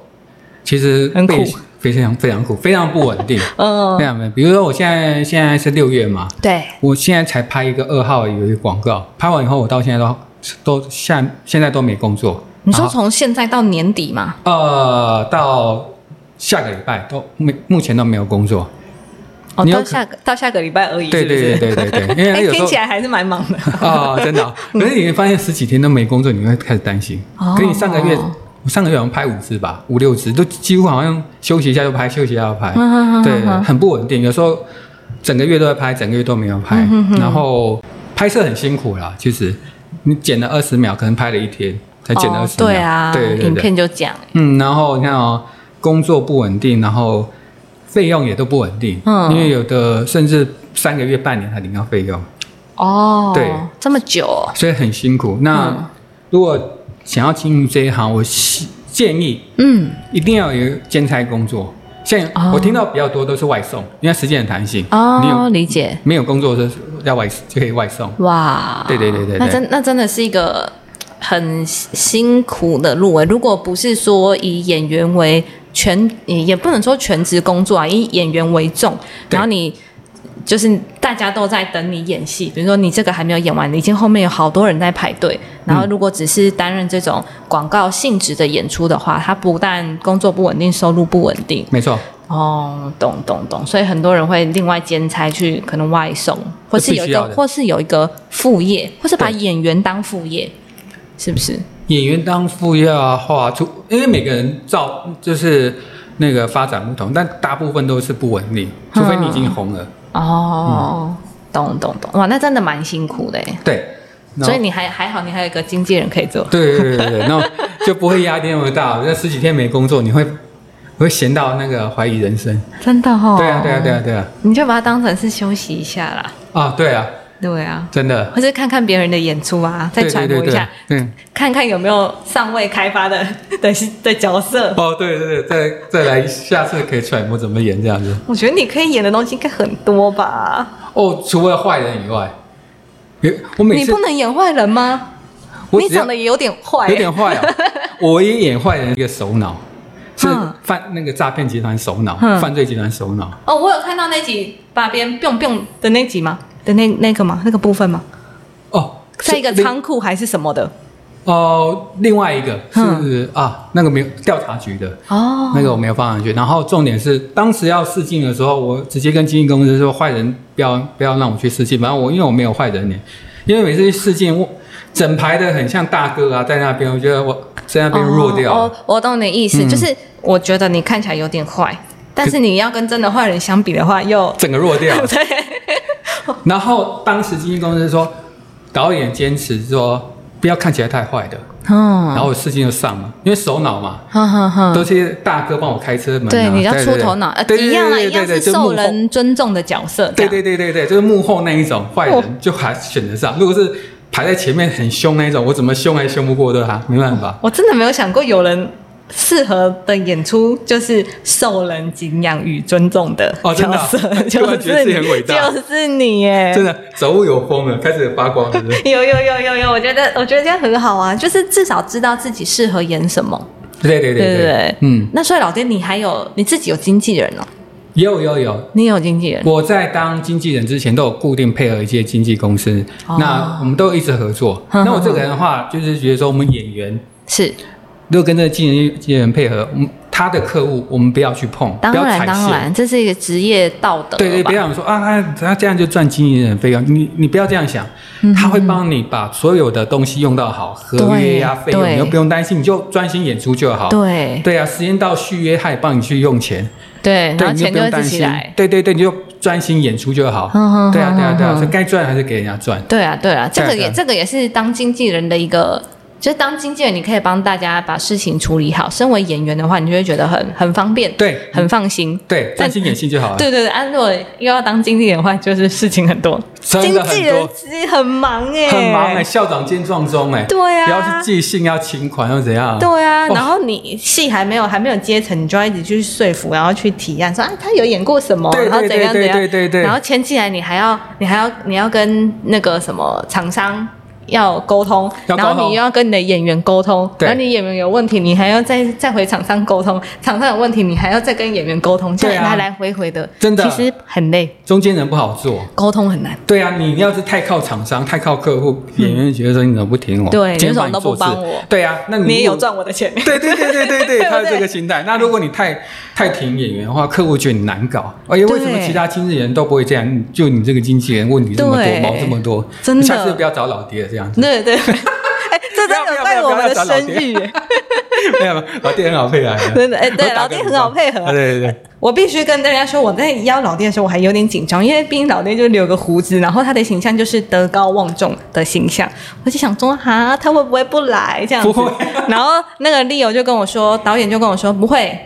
[SPEAKER 2] 其实
[SPEAKER 1] 很
[SPEAKER 2] 被
[SPEAKER 1] 苦，
[SPEAKER 2] 非常非常苦，非常不 稳定，
[SPEAKER 1] 嗯、
[SPEAKER 2] 非常不稳定。比如说我现在现在是六月嘛，
[SPEAKER 1] 对，
[SPEAKER 2] 我现在才拍一个二号有一个广告，拍完以后我到现在都都下现在都没工作，
[SPEAKER 1] 你说从现在到年底嘛？
[SPEAKER 2] 呃，到下个礼拜都目目前都没有工作。
[SPEAKER 1] 哦，
[SPEAKER 2] 你有
[SPEAKER 1] 到
[SPEAKER 2] 可
[SPEAKER 1] 下个到下个礼拜而已。
[SPEAKER 2] 对
[SPEAKER 1] 是不是
[SPEAKER 2] 对对对 对对，因为
[SPEAKER 1] 哎，
[SPEAKER 2] 有时
[SPEAKER 1] 听
[SPEAKER 2] 候
[SPEAKER 1] 起来还是蛮忙的。
[SPEAKER 2] 啊、真的哦、可是你会发现十几天都没工作，你会开始担心。
[SPEAKER 1] 哦
[SPEAKER 2] 可你上个月，我上个月好像拍五支吧，五六支，都几乎好像休息一下就拍，休息一下就拍，
[SPEAKER 1] 嗯嗯嗯
[SPEAKER 2] 对，
[SPEAKER 1] 嗯
[SPEAKER 2] 很不稳定。有时候整个月都在拍，整个月都没有拍，
[SPEAKER 1] 嗯
[SPEAKER 2] 然后拍摄很辛苦啦。其实你剪了二十秒，可能拍了一天才剪了二
[SPEAKER 1] 哦
[SPEAKER 2] 十秒，
[SPEAKER 1] 对啊，
[SPEAKER 2] 对对
[SPEAKER 1] 影
[SPEAKER 2] 对，
[SPEAKER 1] 片就讲，
[SPEAKER 2] 嗯，然后你看哦，工作不稳定，然后费用也都不稳定，
[SPEAKER 1] 嗯
[SPEAKER 2] 因为有的甚至三个月、半年才领到费用。
[SPEAKER 1] 哦，
[SPEAKER 2] 对，
[SPEAKER 1] 这么久哦，
[SPEAKER 2] 所以很辛苦。
[SPEAKER 1] 嗯
[SPEAKER 2] 那如果想要进入这一行，我希建议
[SPEAKER 1] 嗯，
[SPEAKER 2] 一定要有兼差工作。像
[SPEAKER 1] 哦
[SPEAKER 2] 我听到比较多都是外送，因为时间很弹性，你
[SPEAKER 1] 哦，
[SPEAKER 2] 有
[SPEAKER 1] 理解，
[SPEAKER 2] 没有工作的时候要外就可以外送。
[SPEAKER 1] 哇，
[SPEAKER 2] 对对对对对
[SPEAKER 1] 那真那真的是一个很辛苦的路欸诶。如果不是说以演员为全，也也不能说全职工作啊，以演员为重，
[SPEAKER 2] 对
[SPEAKER 1] 然后你。就是大家都在等你演戏，比如说你这个还没有演完，已经后面有好多人在排队。
[SPEAKER 2] 嗯
[SPEAKER 1] 然后如果只是担任这种广告性质的演出的话，它不但工作不稳定，收入不稳定，
[SPEAKER 2] 没错，
[SPEAKER 1] 哦，懂懂懂，所以很多人会另外兼差去可能外送，或是有一
[SPEAKER 2] 必须要
[SPEAKER 1] 个，
[SPEAKER 2] 的
[SPEAKER 1] 或是有一个副业，或是把
[SPEAKER 2] 对
[SPEAKER 1] 演员当副业，是不是？
[SPEAKER 2] 演员当副业的话，就因为每个人照就是那个发展不同，但大部分都是不稳定，
[SPEAKER 1] 嗯
[SPEAKER 2] 除非你已经红了。
[SPEAKER 1] 哦，懂懂懂，哇，那真的蛮辛苦的耶
[SPEAKER 2] 对，然后
[SPEAKER 1] 所以你还还好，你还有一个经纪人可以做。
[SPEAKER 2] 对对对对，对，然后就不会压力那 么大。那十几天没工作，你会会闲到那个怀疑人生。
[SPEAKER 1] 真的哦
[SPEAKER 2] 对啊，对啊，对啊，，对啊，
[SPEAKER 1] 你就把它当成是休息一下啦，
[SPEAKER 2] 啊，对啊，
[SPEAKER 1] 对啊，
[SPEAKER 2] 真的，
[SPEAKER 1] 或是看看别人的演出啊，再
[SPEAKER 2] 对
[SPEAKER 1] 揣
[SPEAKER 2] 对
[SPEAKER 1] 摩
[SPEAKER 2] 对
[SPEAKER 1] 一
[SPEAKER 2] 对
[SPEAKER 1] 下，，
[SPEAKER 2] 对，嗯
[SPEAKER 1] 看看有没有尚未开发的的的角色。
[SPEAKER 2] 哦，对对对，再再来，下次可以揣摩怎么演这样子。
[SPEAKER 1] 我觉得你可以演的东西应该很多吧。
[SPEAKER 2] 哦，除了坏人以外，有我每
[SPEAKER 1] 你
[SPEAKER 2] 次
[SPEAKER 1] 不能演坏人吗？
[SPEAKER 2] 我
[SPEAKER 1] 你
[SPEAKER 2] 只要
[SPEAKER 1] 长得也有点坏、
[SPEAKER 2] 有点 坏哦，我唯一演坏人一个首脑是
[SPEAKER 1] 嗯
[SPEAKER 2] 犯那个诈骗集团首脑，
[SPEAKER 1] 嗯
[SPEAKER 2] 犯罪集团首脑。
[SPEAKER 1] 哦，我有看到那集把别人 biu biu 的那集吗？的那那个吗？那个部分吗？
[SPEAKER 2] 哦，
[SPEAKER 1] 在一个
[SPEAKER 2] 是
[SPEAKER 1] 仓库还是什么的？
[SPEAKER 2] 哦，另外一个是
[SPEAKER 1] 嗯
[SPEAKER 2] 啊，那个没有调查局的，
[SPEAKER 1] 哦
[SPEAKER 2] 那个我没有放上去。然后重点是，当时要试镜的时候，我直接跟经纪公司说，坏人不要不要让我去试镜，反正我因为我没有坏人脸，因为每次去试镜，我整排的很像大哥啊，在那边，我觉得我在那边弱掉了。
[SPEAKER 1] 哦，哦我懂你的意思，
[SPEAKER 2] 嗯
[SPEAKER 1] 就是我觉得你看起来有点坏，但是你要跟真的坏人相比的话，又
[SPEAKER 2] 整个弱掉了，
[SPEAKER 1] 对，
[SPEAKER 2] 然后当时经纪公司说，导演坚持说不要看起来太坏的，然
[SPEAKER 1] 嗯，
[SPEAKER 2] 后我试镜就上了，因为首脑嘛，
[SPEAKER 1] 哼哼哼。
[SPEAKER 2] 都是大哥帮我开车门、啊，
[SPEAKER 1] 对，你要出头脑，呃
[SPEAKER 2] 对对对
[SPEAKER 1] 一样啦，
[SPEAKER 2] 对
[SPEAKER 1] 一
[SPEAKER 2] 对
[SPEAKER 1] 样
[SPEAKER 2] 对
[SPEAKER 1] 是
[SPEAKER 2] 对就
[SPEAKER 1] 受
[SPEAKER 2] 幕后
[SPEAKER 1] 人尊重的角色，这
[SPEAKER 2] 对
[SPEAKER 1] 样
[SPEAKER 2] 对对对对，就是幕后那一种坏
[SPEAKER 1] 哦
[SPEAKER 2] 人，就还选得上。如果是排在前面很凶那一种，我怎么凶还凶不过对吧？没办法。
[SPEAKER 1] 我真的没有想过有人适合的演出就是受人敬仰与尊重的
[SPEAKER 2] 哦真
[SPEAKER 1] 角
[SPEAKER 2] 的啊
[SPEAKER 1] 色，
[SPEAKER 2] 突然
[SPEAKER 1] 就
[SPEAKER 2] 觉
[SPEAKER 1] 是
[SPEAKER 2] 得自己
[SPEAKER 1] 你，
[SPEAKER 2] 很伟大
[SPEAKER 1] 就是你耶！
[SPEAKER 2] 真的，走路有风了，开始发光了。是不是
[SPEAKER 1] 有有有有有，我觉得我觉得这样很好啊，就是至少知道自己适合演什么。
[SPEAKER 2] 对对对
[SPEAKER 1] 对对对
[SPEAKER 2] 嗯，
[SPEAKER 1] 那所以老爹，你还有你自己有经纪人哦，
[SPEAKER 2] 有有有。
[SPEAKER 1] 你有经纪人
[SPEAKER 2] 我在当经纪人之前，都有固定配合一些经纪公司，
[SPEAKER 1] 哦
[SPEAKER 2] 那我们都一直合作。
[SPEAKER 1] 哼哼
[SPEAKER 2] 那我这个人的话，就是觉得说，我们演员
[SPEAKER 1] 是
[SPEAKER 2] 如果跟这个经纪人经纪人配合，我们他的客户我们不要去碰，
[SPEAKER 1] 当
[SPEAKER 2] 不要
[SPEAKER 1] 然
[SPEAKER 2] 踩
[SPEAKER 1] 当
[SPEAKER 2] 线。
[SPEAKER 1] 然，这是一个职业道德吧，
[SPEAKER 2] 对对，别想说啊，他他这样就赚经纪人费用，你你不要这样想，
[SPEAKER 1] 嗯
[SPEAKER 2] 他会帮你把所有的东西用到好，合约呀、
[SPEAKER 1] 对
[SPEAKER 2] 费用
[SPEAKER 1] 对
[SPEAKER 2] 你又不用担心，你就专心演出就好。
[SPEAKER 1] 对
[SPEAKER 2] 对啊，时间到续约，他也帮你去用钱，
[SPEAKER 1] 对，然
[SPEAKER 2] 对，
[SPEAKER 1] 后
[SPEAKER 2] 你就
[SPEAKER 1] 钱
[SPEAKER 2] 不
[SPEAKER 1] 就
[SPEAKER 2] 用
[SPEAKER 1] 会
[SPEAKER 2] 担
[SPEAKER 1] 自己
[SPEAKER 2] 心
[SPEAKER 1] 来。。
[SPEAKER 2] 对对对，你就专心演出就好
[SPEAKER 1] 嗯哼。
[SPEAKER 2] 对啊对啊对
[SPEAKER 1] 嗯
[SPEAKER 2] 啊，
[SPEAKER 1] 哼
[SPEAKER 2] 所以该赚还是给人家赚。
[SPEAKER 1] 对啊，对啊，这个
[SPEAKER 2] 对啊对
[SPEAKER 1] 也
[SPEAKER 2] 啊
[SPEAKER 1] 这个也是当经纪人的一个，就是当经纪人，你可以帮大家把事情处理好。身为演员的话，你就会觉得很很方便，
[SPEAKER 2] 对
[SPEAKER 1] 很放心。
[SPEAKER 2] 对，专心演戏就好了。
[SPEAKER 1] 对对对，啊，如果又要当经纪人的话，就是事情很多，
[SPEAKER 2] 真的
[SPEAKER 1] 经纪
[SPEAKER 2] 很
[SPEAKER 1] 人
[SPEAKER 2] 多。
[SPEAKER 1] 其实很忙哎、
[SPEAKER 2] 很忙哎、校长兼撞钟哎、
[SPEAKER 1] 对啊
[SPEAKER 2] 不要去寄信，要请款又怎样？
[SPEAKER 1] 对啊，
[SPEAKER 2] 哦
[SPEAKER 1] 然后你戏还没有还没有接成，你就要一直去说服，然后去提案，说啊他有演过什么，
[SPEAKER 2] 对
[SPEAKER 1] 然后
[SPEAKER 2] 对
[SPEAKER 1] 怎
[SPEAKER 2] 对
[SPEAKER 1] 样怎
[SPEAKER 2] 对
[SPEAKER 1] 样，
[SPEAKER 2] 对对对，
[SPEAKER 1] 然后签进来，你还要，你还要，你要跟那个什么厂商要沟通，
[SPEAKER 2] 要沟
[SPEAKER 1] 然
[SPEAKER 2] 通
[SPEAKER 1] 后你又要跟你的演员沟通，
[SPEAKER 2] 对
[SPEAKER 1] 然后你演员有问题，你还要再再回厂商沟通，厂商有问题，你还要再跟演员沟通，这
[SPEAKER 2] 对
[SPEAKER 1] 样
[SPEAKER 2] 啊
[SPEAKER 1] 来来回回的，
[SPEAKER 2] 真的
[SPEAKER 1] 其实很累，
[SPEAKER 2] 中间人不好做。
[SPEAKER 1] 沟通很难。
[SPEAKER 2] 对啊，你要是太靠厂商、太靠客户，演员觉得说你怎么不听我？
[SPEAKER 1] 对
[SPEAKER 2] 今
[SPEAKER 1] 你
[SPEAKER 2] 天
[SPEAKER 1] 怎么
[SPEAKER 2] 帮你
[SPEAKER 1] 都不
[SPEAKER 2] 做事
[SPEAKER 1] 帮我
[SPEAKER 2] 对啊，那你
[SPEAKER 1] 你也
[SPEAKER 2] 如果
[SPEAKER 1] 有赚我的钱，
[SPEAKER 2] 对对对对对对，他有
[SPEAKER 1] 对
[SPEAKER 2] 这个心态。那如果你太太挺演员的话，客户觉得你难搞。哎呀，为什么
[SPEAKER 1] 对
[SPEAKER 2] 其他经纪人都不会这样？就你这个经纪人问题这么多，
[SPEAKER 1] 对
[SPEAKER 2] 毛这么多，
[SPEAKER 1] 真的
[SPEAKER 2] 下次不要找老爹这 样子。
[SPEAKER 1] 对对， 哎，这真的有
[SPEAKER 2] 不
[SPEAKER 1] 在
[SPEAKER 2] 要不要不要
[SPEAKER 1] 我们的
[SPEAKER 2] 不要找老
[SPEAKER 1] 声
[SPEAKER 2] 爹
[SPEAKER 1] 誉，哎
[SPEAKER 2] 没有，老爹很好配合的。
[SPEAKER 1] 真的哎， 对，
[SPEAKER 2] 我
[SPEAKER 1] 老
[SPEAKER 2] 打个
[SPEAKER 1] 爹
[SPEAKER 2] 比
[SPEAKER 1] 很好
[SPEAKER 2] 方
[SPEAKER 1] 配合
[SPEAKER 2] 啊，对对对，
[SPEAKER 1] 我必须跟大家说，我在邀老爹的时候，我还有点紧张，因为毕竟老爹就留个胡子，然后他的形象就是德高望重的形象，我就想说，哈，他会不会不来这样子
[SPEAKER 2] 不会？
[SPEAKER 1] 然后那个 Leo 就跟我说，导演就跟我说，不会，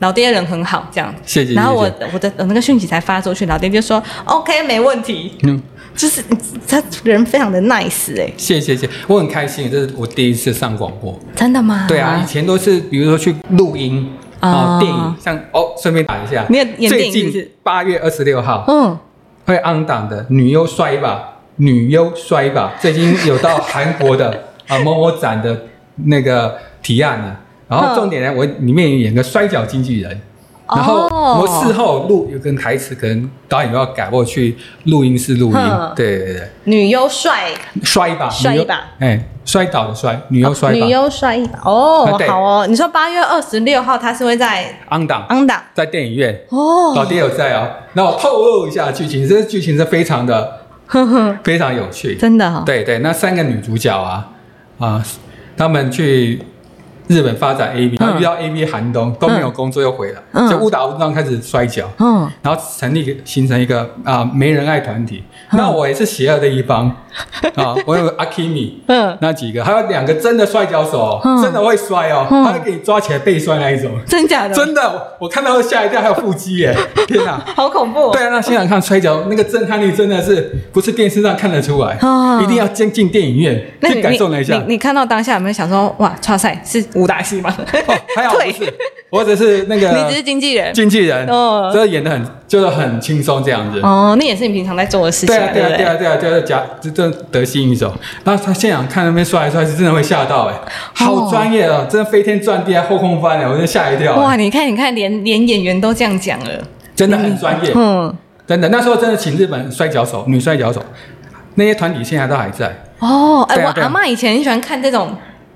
[SPEAKER 1] 老爹人很好这样子。
[SPEAKER 2] 谢谢。
[SPEAKER 1] 然后我
[SPEAKER 2] 谢谢
[SPEAKER 1] 我的我那个讯息才发出去，老爹就说 OK 没问题，
[SPEAKER 2] 嗯，
[SPEAKER 1] 就是他人非常的 nice 哎、
[SPEAKER 2] 谢谢谢谢，我很开心，这是我第一次上广播。
[SPEAKER 1] 真的吗？
[SPEAKER 2] 对啊，以前都是比如说去录音
[SPEAKER 1] 哦
[SPEAKER 2] 啊、电影，像哦，顺便打一下，
[SPEAKER 1] 你有演电
[SPEAKER 2] 最
[SPEAKER 1] 影是不是
[SPEAKER 2] 近八月二十六号，
[SPEAKER 1] 嗯，
[SPEAKER 2] 会 on 档的女优摔吧，女优摔吧，最近有到韩国的啊某某展的那个提案了。然后重点呢，我里面演个摔跤经纪人，
[SPEAKER 1] 哦
[SPEAKER 2] 然后我事后录有跟台词，可能导演又要改，或去录音室录音
[SPEAKER 1] 嗯。
[SPEAKER 2] 对对对，
[SPEAKER 1] 女优帅
[SPEAKER 2] 摔吧，
[SPEAKER 1] 摔
[SPEAKER 2] 女优
[SPEAKER 1] 吧，
[SPEAKER 2] 哎，摔倒的摔，女优摔吧
[SPEAKER 1] 女优帅一把哦
[SPEAKER 2] 啊，对
[SPEAKER 1] 好哦。你说八月二十六号他是会在
[SPEAKER 2] ，on 档
[SPEAKER 1] on 档
[SPEAKER 2] 在电影院，老
[SPEAKER 1] 哦，
[SPEAKER 2] 爹有在哦。那我透露一下剧情，这剧情是非常的
[SPEAKER 1] 呵呵，
[SPEAKER 2] 非常有趣。
[SPEAKER 1] 真的哈、哦，
[SPEAKER 2] 对对，那三个女主角啊啊，她们去日本发展 A B，她遇到 A B 寒冬都没有工作又回来，
[SPEAKER 1] 嗯
[SPEAKER 2] 就误打误撞开始摔跤，
[SPEAKER 1] 嗯，
[SPEAKER 2] 然后成立一个形成一个啊没人爱团体。
[SPEAKER 1] 嗯
[SPEAKER 2] 那我也是邪恶的一方啊，我有阿 Kimi。
[SPEAKER 1] 嗯，
[SPEAKER 2] 那几个，还有两个真的摔跤手哦，
[SPEAKER 1] 嗯
[SPEAKER 2] 真的会摔哦，
[SPEAKER 1] 嗯
[SPEAKER 2] 他会给你抓起来背摔那一种，
[SPEAKER 1] 真假的，
[SPEAKER 2] 真的，我看到会吓一跳，还有腹肌耶，天哪！
[SPEAKER 1] 好恐怖、哦。
[SPEAKER 2] 对啊，那现场看摔跤那个震撼力真的是不是电视上看得出来，
[SPEAKER 1] 啊
[SPEAKER 2] 一定要进进电影院
[SPEAKER 1] 那
[SPEAKER 2] 去
[SPEAKER 1] 你
[SPEAKER 2] 感受了一
[SPEAKER 1] 你
[SPEAKER 2] 下
[SPEAKER 1] 你。你看到当下有没有想说，哇，超赛是武打戏吗？
[SPEAKER 2] 哦，还好 不
[SPEAKER 1] 对，
[SPEAKER 2] 是，我只是 那
[SPEAKER 1] 你只是
[SPEAKER 2] 个
[SPEAKER 1] 经纪人
[SPEAKER 2] 经纪人，
[SPEAKER 1] 哦
[SPEAKER 2] 这演的很就是很轻松这样子。
[SPEAKER 1] 哦，那也是你平常在做的事情、
[SPEAKER 2] 对啊，对
[SPEAKER 1] 不
[SPEAKER 2] 啊，对
[SPEAKER 1] 对？
[SPEAKER 2] 啊，对啊，对啊，假这这得心应手。然后他现场看那边摔来摔去，真的会吓到哎、
[SPEAKER 1] 哦
[SPEAKER 2] 好专业哦，真的飞天转地还后空翻哎、我真的吓一跳、
[SPEAKER 1] 哇，
[SPEAKER 2] 哎
[SPEAKER 1] 你看，你看，连连演员都这样讲了，
[SPEAKER 2] 真的很专业，
[SPEAKER 1] 嗯，
[SPEAKER 2] 真的。那时候真的请日本摔跤手、女摔跤手，那些团体现在都还在。
[SPEAKER 1] 哦，哎、
[SPEAKER 2] 对啊
[SPEAKER 1] 我
[SPEAKER 2] 对啊
[SPEAKER 1] 阿嬷以前很喜欢看这种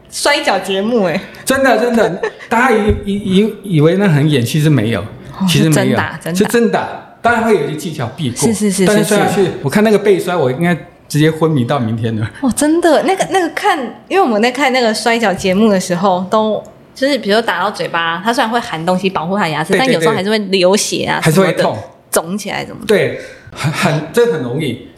[SPEAKER 1] 摔跤节目、哎，
[SPEAKER 2] 真的真的，大家以以以以为那很演，其实没有，其实
[SPEAKER 1] 哦是
[SPEAKER 2] 没
[SPEAKER 1] 真
[SPEAKER 2] 有，
[SPEAKER 1] 打真打啊
[SPEAKER 2] 是真打。当然会有一些技巧避过，
[SPEAKER 1] 是是是
[SPEAKER 2] 但是
[SPEAKER 1] 是
[SPEAKER 2] 摔下去，我看那个背摔，我应该直接昏迷到明天了。
[SPEAKER 1] 哇，真的，那个那个看，因为我们在看那个摔跤节目的时候，都就是比如打到嘴巴，它虽然会含东西保护它牙齿，
[SPEAKER 2] 对对
[SPEAKER 1] 但有时候
[SPEAKER 2] 对
[SPEAKER 1] 还是会流血啊，
[SPEAKER 2] 还是会
[SPEAKER 1] 什么的
[SPEAKER 2] 痛，
[SPEAKER 1] 肿起来什么的。
[SPEAKER 2] 对，很很这很容易。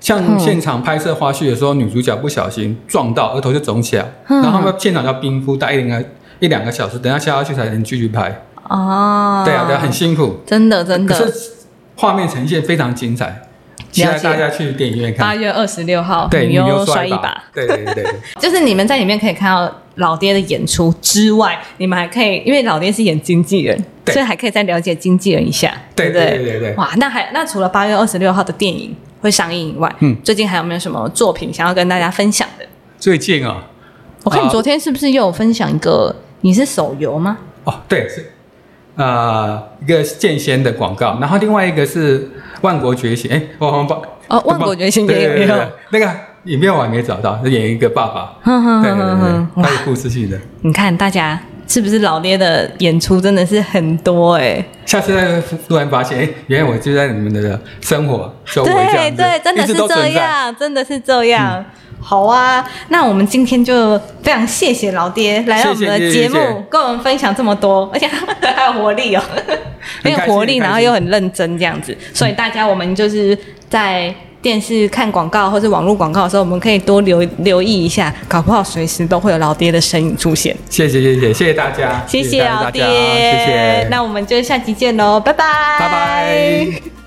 [SPEAKER 2] 像
[SPEAKER 1] 嗯
[SPEAKER 2] 现场拍摄花絮的时候，女主角不小心撞到，额头就肿起来，
[SPEAKER 1] 嗯
[SPEAKER 2] 然后他们现场要冰敷，大概应该一两个小时，等下下下去才能继续拍。
[SPEAKER 1] 哦，
[SPEAKER 2] 对啊，对啊，很辛苦，
[SPEAKER 1] 真的真
[SPEAKER 2] 可
[SPEAKER 1] 的。
[SPEAKER 2] 是画面呈现非常精彩，期待
[SPEAKER 1] 了解
[SPEAKER 2] 大家去电影院
[SPEAKER 1] 八
[SPEAKER 2] 看。
[SPEAKER 1] 月二十六号，
[SPEAKER 2] 对，
[SPEAKER 1] 女
[SPEAKER 2] 你
[SPEAKER 1] 优
[SPEAKER 2] 又
[SPEAKER 1] 摔
[SPEAKER 2] 摔
[SPEAKER 1] 一把，，
[SPEAKER 2] 对对对对对。
[SPEAKER 1] 就是你们在里面可以看到老爹的演出之外，你们还可以，因为老爹是演经纪人，
[SPEAKER 2] 对
[SPEAKER 1] 所以还可以再了解经纪人一下，
[SPEAKER 2] 对
[SPEAKER 1] 不
[SPEAKER 2] 对对对对
[SPEAKER 1] 哇，那还那除了八月二十六号的电影会上映以外，
[SPEAKER 2] 嗯
[SPEAKER 1] 最近还有没有什么作品想要跟大家分享的？
[SPEAKER 2] 最近啊、
[SPEAKER 1] 我看你
[SPEAKER 2] 啊
[SPEAKER 1] 昨天是不是又有分享一个？你是手游吗？
[SPEAKER 2] 哦，对，是呃一个剑仙的广告，然后另外一个是万国觉醒，哎，我好像把
[SPEAKER 1] 哦万国觉醒也有
[SPEAKER 2] 对对对
[SPEAKER 1] 也有
[SPEAKER 2] 对那个影片我还没找到，是演一个爸爸，
[SPEAKER 1] 哼哼
[SPEAKER 2] 对对对
[SPEAKER 1] 哼哼
[SPEAKER 2] 对，
[SPEAKER 1] 哼！
[SPEAKER 2] 他
[SPEAKER 1] 哇，
[SPEAKER 2] 有故事性的，
[SPEAKER 1] 你看大家是不是老爹的演出真的是很多哎、
[SPEAKER 2] 下次再突然发现，哎，原来我就在你们的生活周围这
[SPEAKER 1] 对
[SPEAKER 2] 样子，
[SPEAKER 1] 对，真的
[SPEAKER 2] 一直
[SPEAKER 1] 是
[SPEAKER 2] 都
[SPEAKER 1] 这
[SPEAKER 2] 存在。嗯
[SPEAKER 1] 样，真的是这样。好啊，那我们今天就非常谢谢老爹来到我们的
[SPEAKER 2] 谢谢
[SPEAKER 1] 节目，
[SPEAKER 2] 谢谢
[SPEAKER 1] 跟我们分享这么多，而且还有活力哦，很
[SPEAKER 2] 很
[SPEAKER 1] 有
[SPEAKER 2] 开心
[SPEAKER 1] 活力，
[SPEAKER 2] 很开心
[SPEAKER 1] 然后又很认真这样子。所以大家我们就是在电视看广告或是网络广告的时候，我们可以多留留意一下，搞不好随时都会有老爹的身影出现。
[SPEAKER 2] 谢谢谢谢谢谢大家，
[SPEAKER 1] 谢
[SPEAKER 2] 谢
[SPEAKER 1] 老
[SPEAKER 2] 大家，
[SPEAKER 1] 爹，
[SPEAKER 2] 谢谢，
[SPEAKER 1] 那我们就下期见喽，拜拜，
[SPEAKER 2] 拜拜。